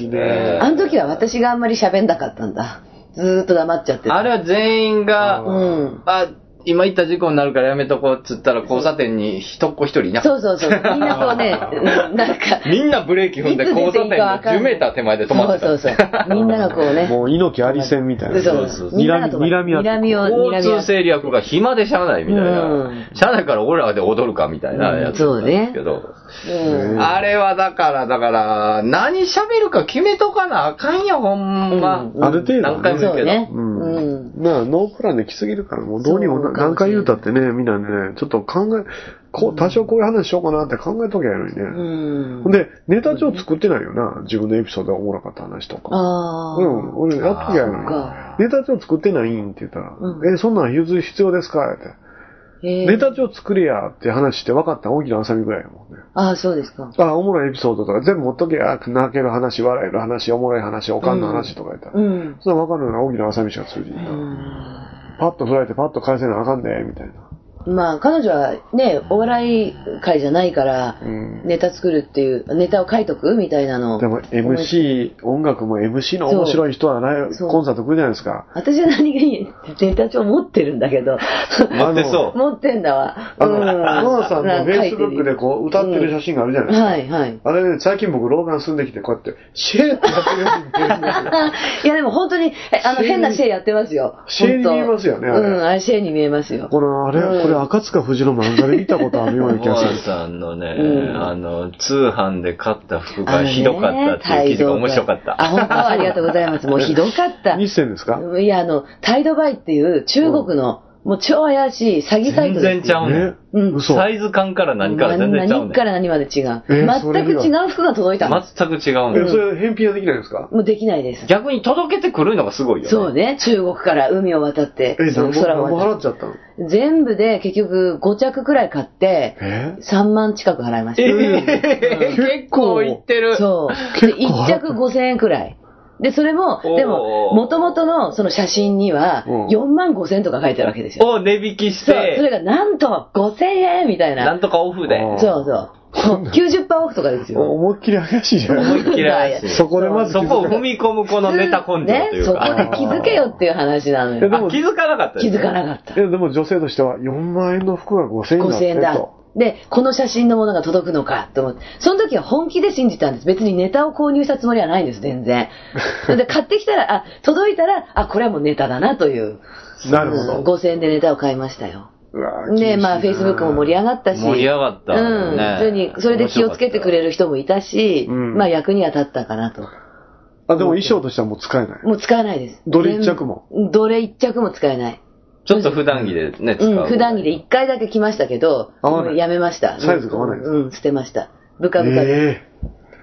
いいね。
あの時は私があんまり喋んなかったんだ。ずーっと黙っちゃってた。
あれは全員
あ
が、
うん。
あ、今言った事故になるからやめとこうっつったら交差点に一っ子一人いなかっ
そうそうそう。みんなこうね、うんなんか
た。、みんなブレーキ踏んで
いつ
交
出て
差
いい
点
かわ
の
かんない
10メーター手前で止まってた。
そうそうそう。みんながこうね。
もう猪木ありせんみたいな。
そう
そう
睨み、睨み合って
睨みを、睨み合
交
っ
通
て。
整理役が暇でしゃあないみたいな。
うん
しゃあないから俺らで踊るかみたいなやつなんですけど。
うん。
あれはだから、だから、何喋るか決めとかなあかんよ、ほんま。
うん
ある程度ね
何回も言う
そ
け
う
ど。
ね。
う
うん。
ん。なあ、ノープランで来すぎるから、もうどうにも
そ
な何
うかもしれない
回言うたってね、みんなね、ちょっと考え、こう、多少こういう話しようかなって考えときゃいいのにね。
うん
ほん。で、ネタ帳作ってないよな。自分のエピソードがおもろかった話とか。
ああ。
うん、俺やっときゃいいの
そっ
に
か。
ネタ帳作ってないんって言ったら、
うん
え、そんなん譲る必要ですかって。
へー
ネタ帳作れやって話して分かったの大きなあさみぐらいやもんね。
ああ、そうですか。
あ、おもろいエピソードとか全部持っとけや。泣ける話、笑える話、おもろい話、おかんの話とか言ったら。
うん。
そんなん分かるのは大きなあさみしか通じん
う
な。
ん
パッと振られてパッと返せなあかんで、みたいな。
まあ、彼女はね、お笑い会じゃないから、
うん
ネタ作るっていう、ネタを書いとくみたいなのを。
でも MC、音楽も MC の面白い人はない
そう
コンサート来るじゃないですか。
私は何がいいネタ帳持ってるんだけど。
持ってそう。
持ってんだわ。
あの、ノアさんの
なん
フ
か書
ェ
い
イ
て
ス
る
ブックでこう歌ってる写真があるじゃないですか。
はいはい。
あれね、最近僕老眼進んできてこうやって、シェーってやってるように見えるんですよ。
いやでも本当に、えあの変なシェイやってますよ。
シェイに見えますよね
本当
あれ
うん、あれシェイに見えますよ。
この、あれ、
うん
これ赤塚不二の漫画で見たことあるような気
モ
がす
ア
る。
さんのね、
うん
あの、通販で買った服
あの
が
ね
ひどかったっていう記事が面白かっ
態度があ、
た。
本当ありがとうござい ます。もうひどかった。
日銭ですか
いや、あの、タイドバイっていう中国の、もう超怪しい詐欺サ
全
イトですよ。
然ちゃうね
ね
ん。
うん
嘘。
サイズ感から何から全然ちゃう
何
ね
か
ん。
ら何まで違う。
え
全
ーそれ
く
には
違う服が届いたの。
全く違う
え、
ねん
それ返品はできないんですか
もうできないです。
逆に届けてくるのがすごいよね。
そうね、中国から海を渡って、
え、何本、
空
何
を
本
渡っ
払っちゃったの
て。全部で結局5着くらい買って、
え
3万近く払いました。
えー結構いってる。
そう。で、
結構
1着5000円くらい。で、それも、
おー
でも、元々のその写真には、
うん
4万5000円とか書いてあるわけですよ。
を値引きし
そう。それ
て、
がなんと5000円みたい
な
な。
んとかオフで。
あ
そうそう。 90%オフとかですよ。
思いっきり怪しいじゃん。
思いっきり怪しい。
そこでまず気
そ
づか
こを踏み込むこのネタ根性とい
ね、
う
そ
か。
こで気づけよっていう話なの
え
よ。
で
あ
も
気づかなかった
気
です
づかなかった。
えでも女性としては4万円の服が5000円だっ
5000
て
円だ
と。。
で、この写真のものが届くのかと思って、その時は本気で信じたんです。別にネタを購入したつもりはないんです、全然。で、買ってきたら、あ、届いたら、あ、これはもうネタだなという。
なるほど。
5000円でネタを買いましたよ。
うわ厳しい
で、
な
まあ、Facebook も盛り上がったし。
盛り上がった
うん。
ね
普通に、それで気をつけてくれる人もいたし、
うん
まあ、役には立ったかなと。
あ、でも衣装としてはもう使えない。
もう使えないです。
どれ一着も
全どれ一着も使えない。
ちょっと普段着でね、使う。
うん、普段着で1回だけ着ましたけど、
合わない
もうやめました。
サイズが合わないです
うん、捨てました。ブカブカで。
え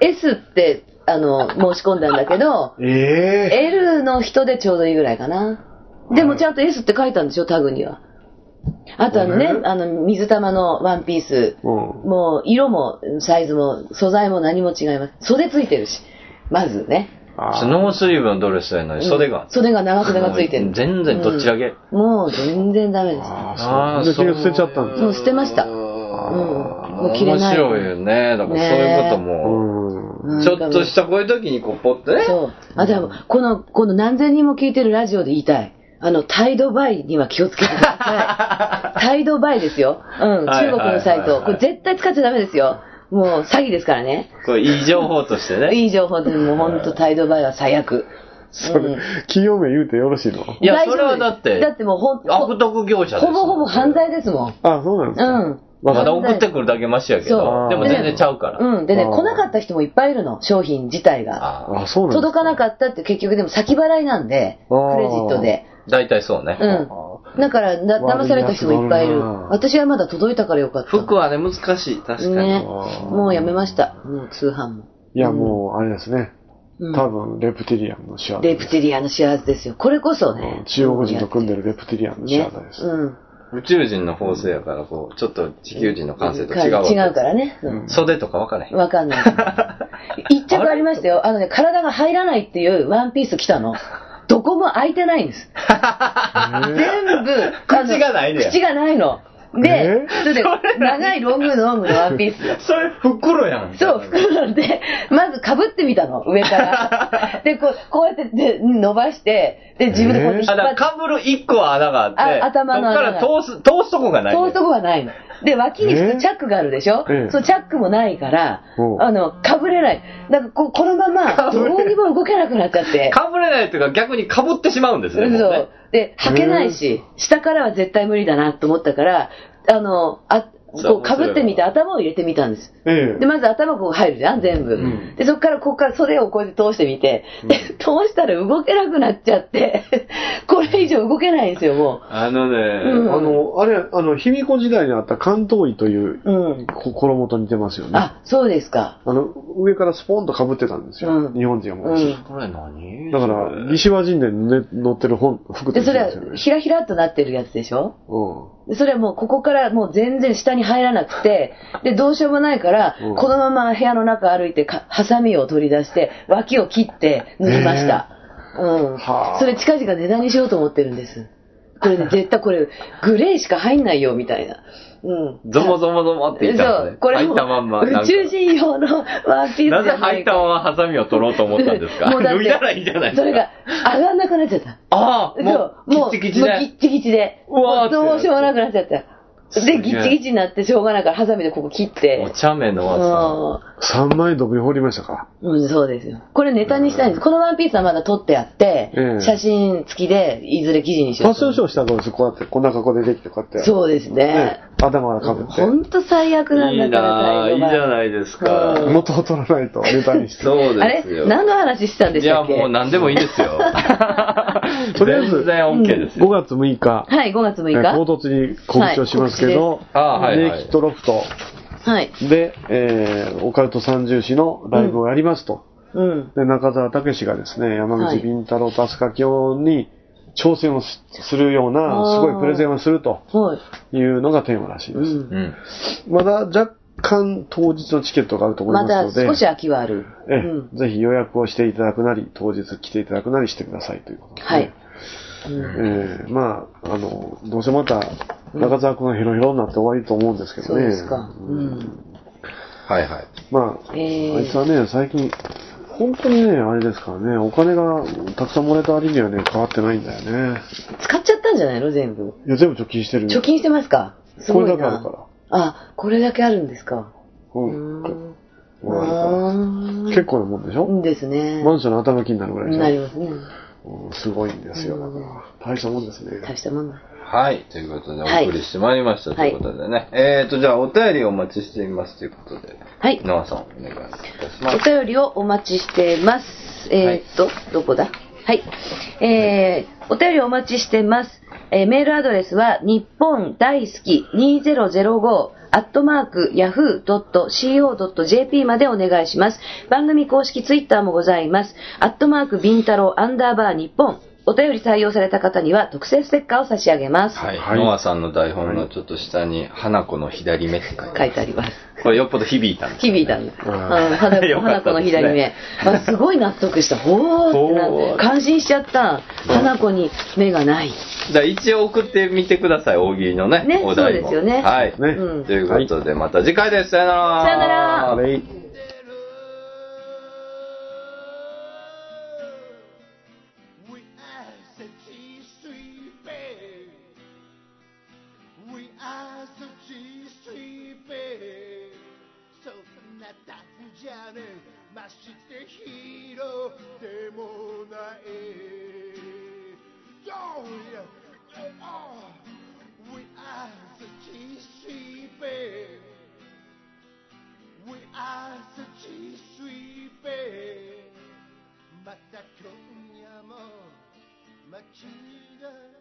S って、あの、申し込んだんだけど、
えええ
L の人でちょうどいいぐらいかな。でもちゃんと S って書いたんでしょ、タグには。あとあのね
あれ、
あの、水玉のワンピース。
うん。
もう、色も、サイズも、素材も何も違います。袖ついてるし。まずね。
あー
ノースリーブのドレスやのに袖が。
袖が長袖がついてる。
全然どっちだけ。
もう、全然ダメです。
あー、そう。で、
ー
それ捨てちゃったんだ。
もう捨てました。うん。もう着れない。
面白いよね。だからそういうことも。
うん。
うん
ちょっとしたこういう時にこうポッとね。
そう。あ、でも、この、この何千人も聞いてるラジオで言いたい。あの、タイドバイには気をつけて ください。タイドバイですよ。うん、
はい
中国のサイ
はいはいは
ト。
い
これ絶対使っちゃダメですよ。もう詐欺ですからね。
こういい情報としてね。
いい情報でもうほんとタイドバイは最悪。
それ、企業名言うてよろしいの
いや、
大丈夫
それはだって、
だってもうほんと、
悪徳業者です。
ほぼほぼ犯罪ですもん。
あ、そうなんです
う
か。
ん。
ま
まだ
犯罪
送ってくるだけマシやけ
そ
ど、
う
でも全然ちゃうから。
うん。でね、
あー
来なかった人もいっぱいいるの、商品自体が。
ああ
あ、そうなんです
届かなかったって結局でも先払いなんで、
あー
クレジットで。
大体そうね。
うん。だから、な騙された人もいっぱいいる。私はまだ届いたからよかった。
服はね、難しい。確かに。
ね。
あー
もうやめました。もう通販も。
いや、もう、あれですね。
うん
多分、レプティリアンの仕業
レ
です。
プテリアの幸せですよ。これこそ
う
ね
ん。中国人と組んでるレプティリアンの仕業
ね。
です。
うん。
宇宙人の法性やから、こう、ちょっと地球人の感性と違うわけ。
違うからね。うん
袖とかわからへん。
わかんない。一着ありましたよ。あのね、体が入らないっていうワンピース着たの。どこも開いてないんです。全部。
口がないねや
の口がないの。で
え、
それで、長いロングロングのワンピースよ。
それ袋やん。
そう、服なんで、まず被ってみたの、上から。で、こう、こうやってで伸ばして、で、自分でこうやって引
あ、
っ
だ
張っ
から被る一個は穴があって、
あ頭の穴が
こっから通す、通すとこが
て、
ない、
そういうとこはないの。で、脇に普通チャックがあるでしょ、
ええ
そのチャックもないから
お、う
あの、被れない。なんかこう、このまま、どうにも動けなくなっちゃって。
被れないというか逆に被ってしまうんです
そ
ね。もうね
う。で、履けないし、下からは絶対無理だなと思ったから、あの、あ、
そう
こう、被ってみて頭を入れてみたんです。
え
で、まず頭こう入るじゃん、全部。
ん
で、そこから、ここから袖をこうやって通してみて、で 通したら動けなくなっちゃって、 これ以上動けないんですよ、も
あのね、
え。あ
うん
の、あれ、あの、卑弥呼時代にあった関東医という
う。うん。
こ衣と似てますよね。あ
あ、そうですか。
の、上からスポンと被ってたんですよ。
うん
日本人はもう。
うん。
これ何
だから、西和神殿にね乗ってる本、服と
で、
一緒
それ
ですよ
は、
ね。
ひらひらっとなってるやつでしょ
う
でそれはもうここからもう全然下に入らなくて、で、どうしようもないから
うん、
このまま部屋の中歩いてか、ハサミを取り出して、脇を切って塗りました。うん。
はあ
それ近々値段にしようと思ってるんです。こ れね、絶対これ、グレーしか入んないよ、みたいな。うん。
ゾモゾモゾモって言っ
そ
たんです
う
ね。、
これ
入
も
ったまんま。なん
宇
か
宙人用のワンピース
な
じ
ぜ
ゃな
入
い
った
か。
ままハサミを取ろうと思ったんですか
も うだって
脱いだらいいじゃないですか。
それが、上がんなくなっちゃった。
ああ、もう、
もう、もう
キッチ
ギ
キチ
ッ
で。
チギチで。
うわー
も
って
どうしようもなくなっちゃった。
すげえ
で、ギッチギチになってしょうがないから、ハサミでここ切って。
お茶目の技。
ん。3枚毒に掘りましたか。
うん、うんそうですよ。これネタにしたいんです。このワンピースはまだ撮ってあって、
ええ
写真付きで、いずれ記事に
フ
し
ァ
よう
ッションショ
と思う。
ーしたらどうですこうやって、こんな格好でできて、こうやって。
そうですね
ね。頭から被
ほ
っ
んと最悪なん
いい
だから
なあいいじゃ
い。
ないですか。
て。元を取らないと、ネタに して。
そう
あ
です
れ
よ。
何の話したんで
い
した
や、
っけ
もう何でもいいです よ。
とりあえず
全然 OK ですよ。
5月6日、
はい、5月6
え
日。
唐突に告知をしますけど、
あはいはい
ネイキッドロフト
はい。
で、えーオカルト三重士のライブをやりますと。
うん。
で、中澤武史がですね、山口敏太郎と飛鳥京に挑戦をすするような、す
あー
ごいプレゼンをすると
はい。
いうのがテーマらしいうです。
ん。
うん。
まだ若干当日のチケットがあると思い
ま
ます
た
ので、
少し空きはある。
ええ
うん
ぜひ予約をしていただくなり、当日来ていただくなりしてくださいということです、ね。
はい。
ええまあ、あの、どうせまた中澤君がヘロヘロになって終わりと思うんですけど
そ
ね。
うですか。うん。
はいはい。
まあ、
えー
あいつはね、最近、本当にね、あれですからね、お金がたくさんもらえた割にはね、変わってないんだよね。
使っちゃったんじゃないの全部。
いや、全部貯金してる。
貯金してますかす
こ
ごい
れ
な。
だけあるから。
あ、これだけあるんですか。
う
うー
ん。
ん。
もらえるから
結
結構なもんでしょ
構。ですね。
マンションの頭金になるぐらいでしょ。
なりますね。
うんすごいんですよ、だから。大したもんですね。
大したもんだ。
はい。ということで、お
はい
送りしてまいりました。
はい
ということでね。えーと、じゃあ、お便りをお待ちしていますということで。
はい。
ノアさん、お願いいたします
お。便りをお待ちしてます。えーっと、どこだはい。えー、お便りをお待ちしてます。えーメールアドレスは、日本大好き2005、アットマーク、yahoo.co.jp までお願いします。番組公式ツイッターもございます。アットマーク、ビンタロウ、アンダーバー、日本。お便り採用された方には、特製ステッカーを差し上げます。
はい。
はい
ノアさんの台本のちょっと下に、花子の左目って書いてあ
書
る
いてあります。
これよっぽど響いたんですよね
響いたんです。
うん
あの花
よ
子
か
花
った
子
ですね
の左目。あすごい納得した。ほーってな
ほ
っ
ー
て。感心しちゃった。花子に目がない。
じゃあ一応送ってみてください、大喜利のね、
ね
お題も。
そうですよね
はい。
ね
うん
ということで、また次回です。さよなら。
さよなら
あれ
また今夜も街が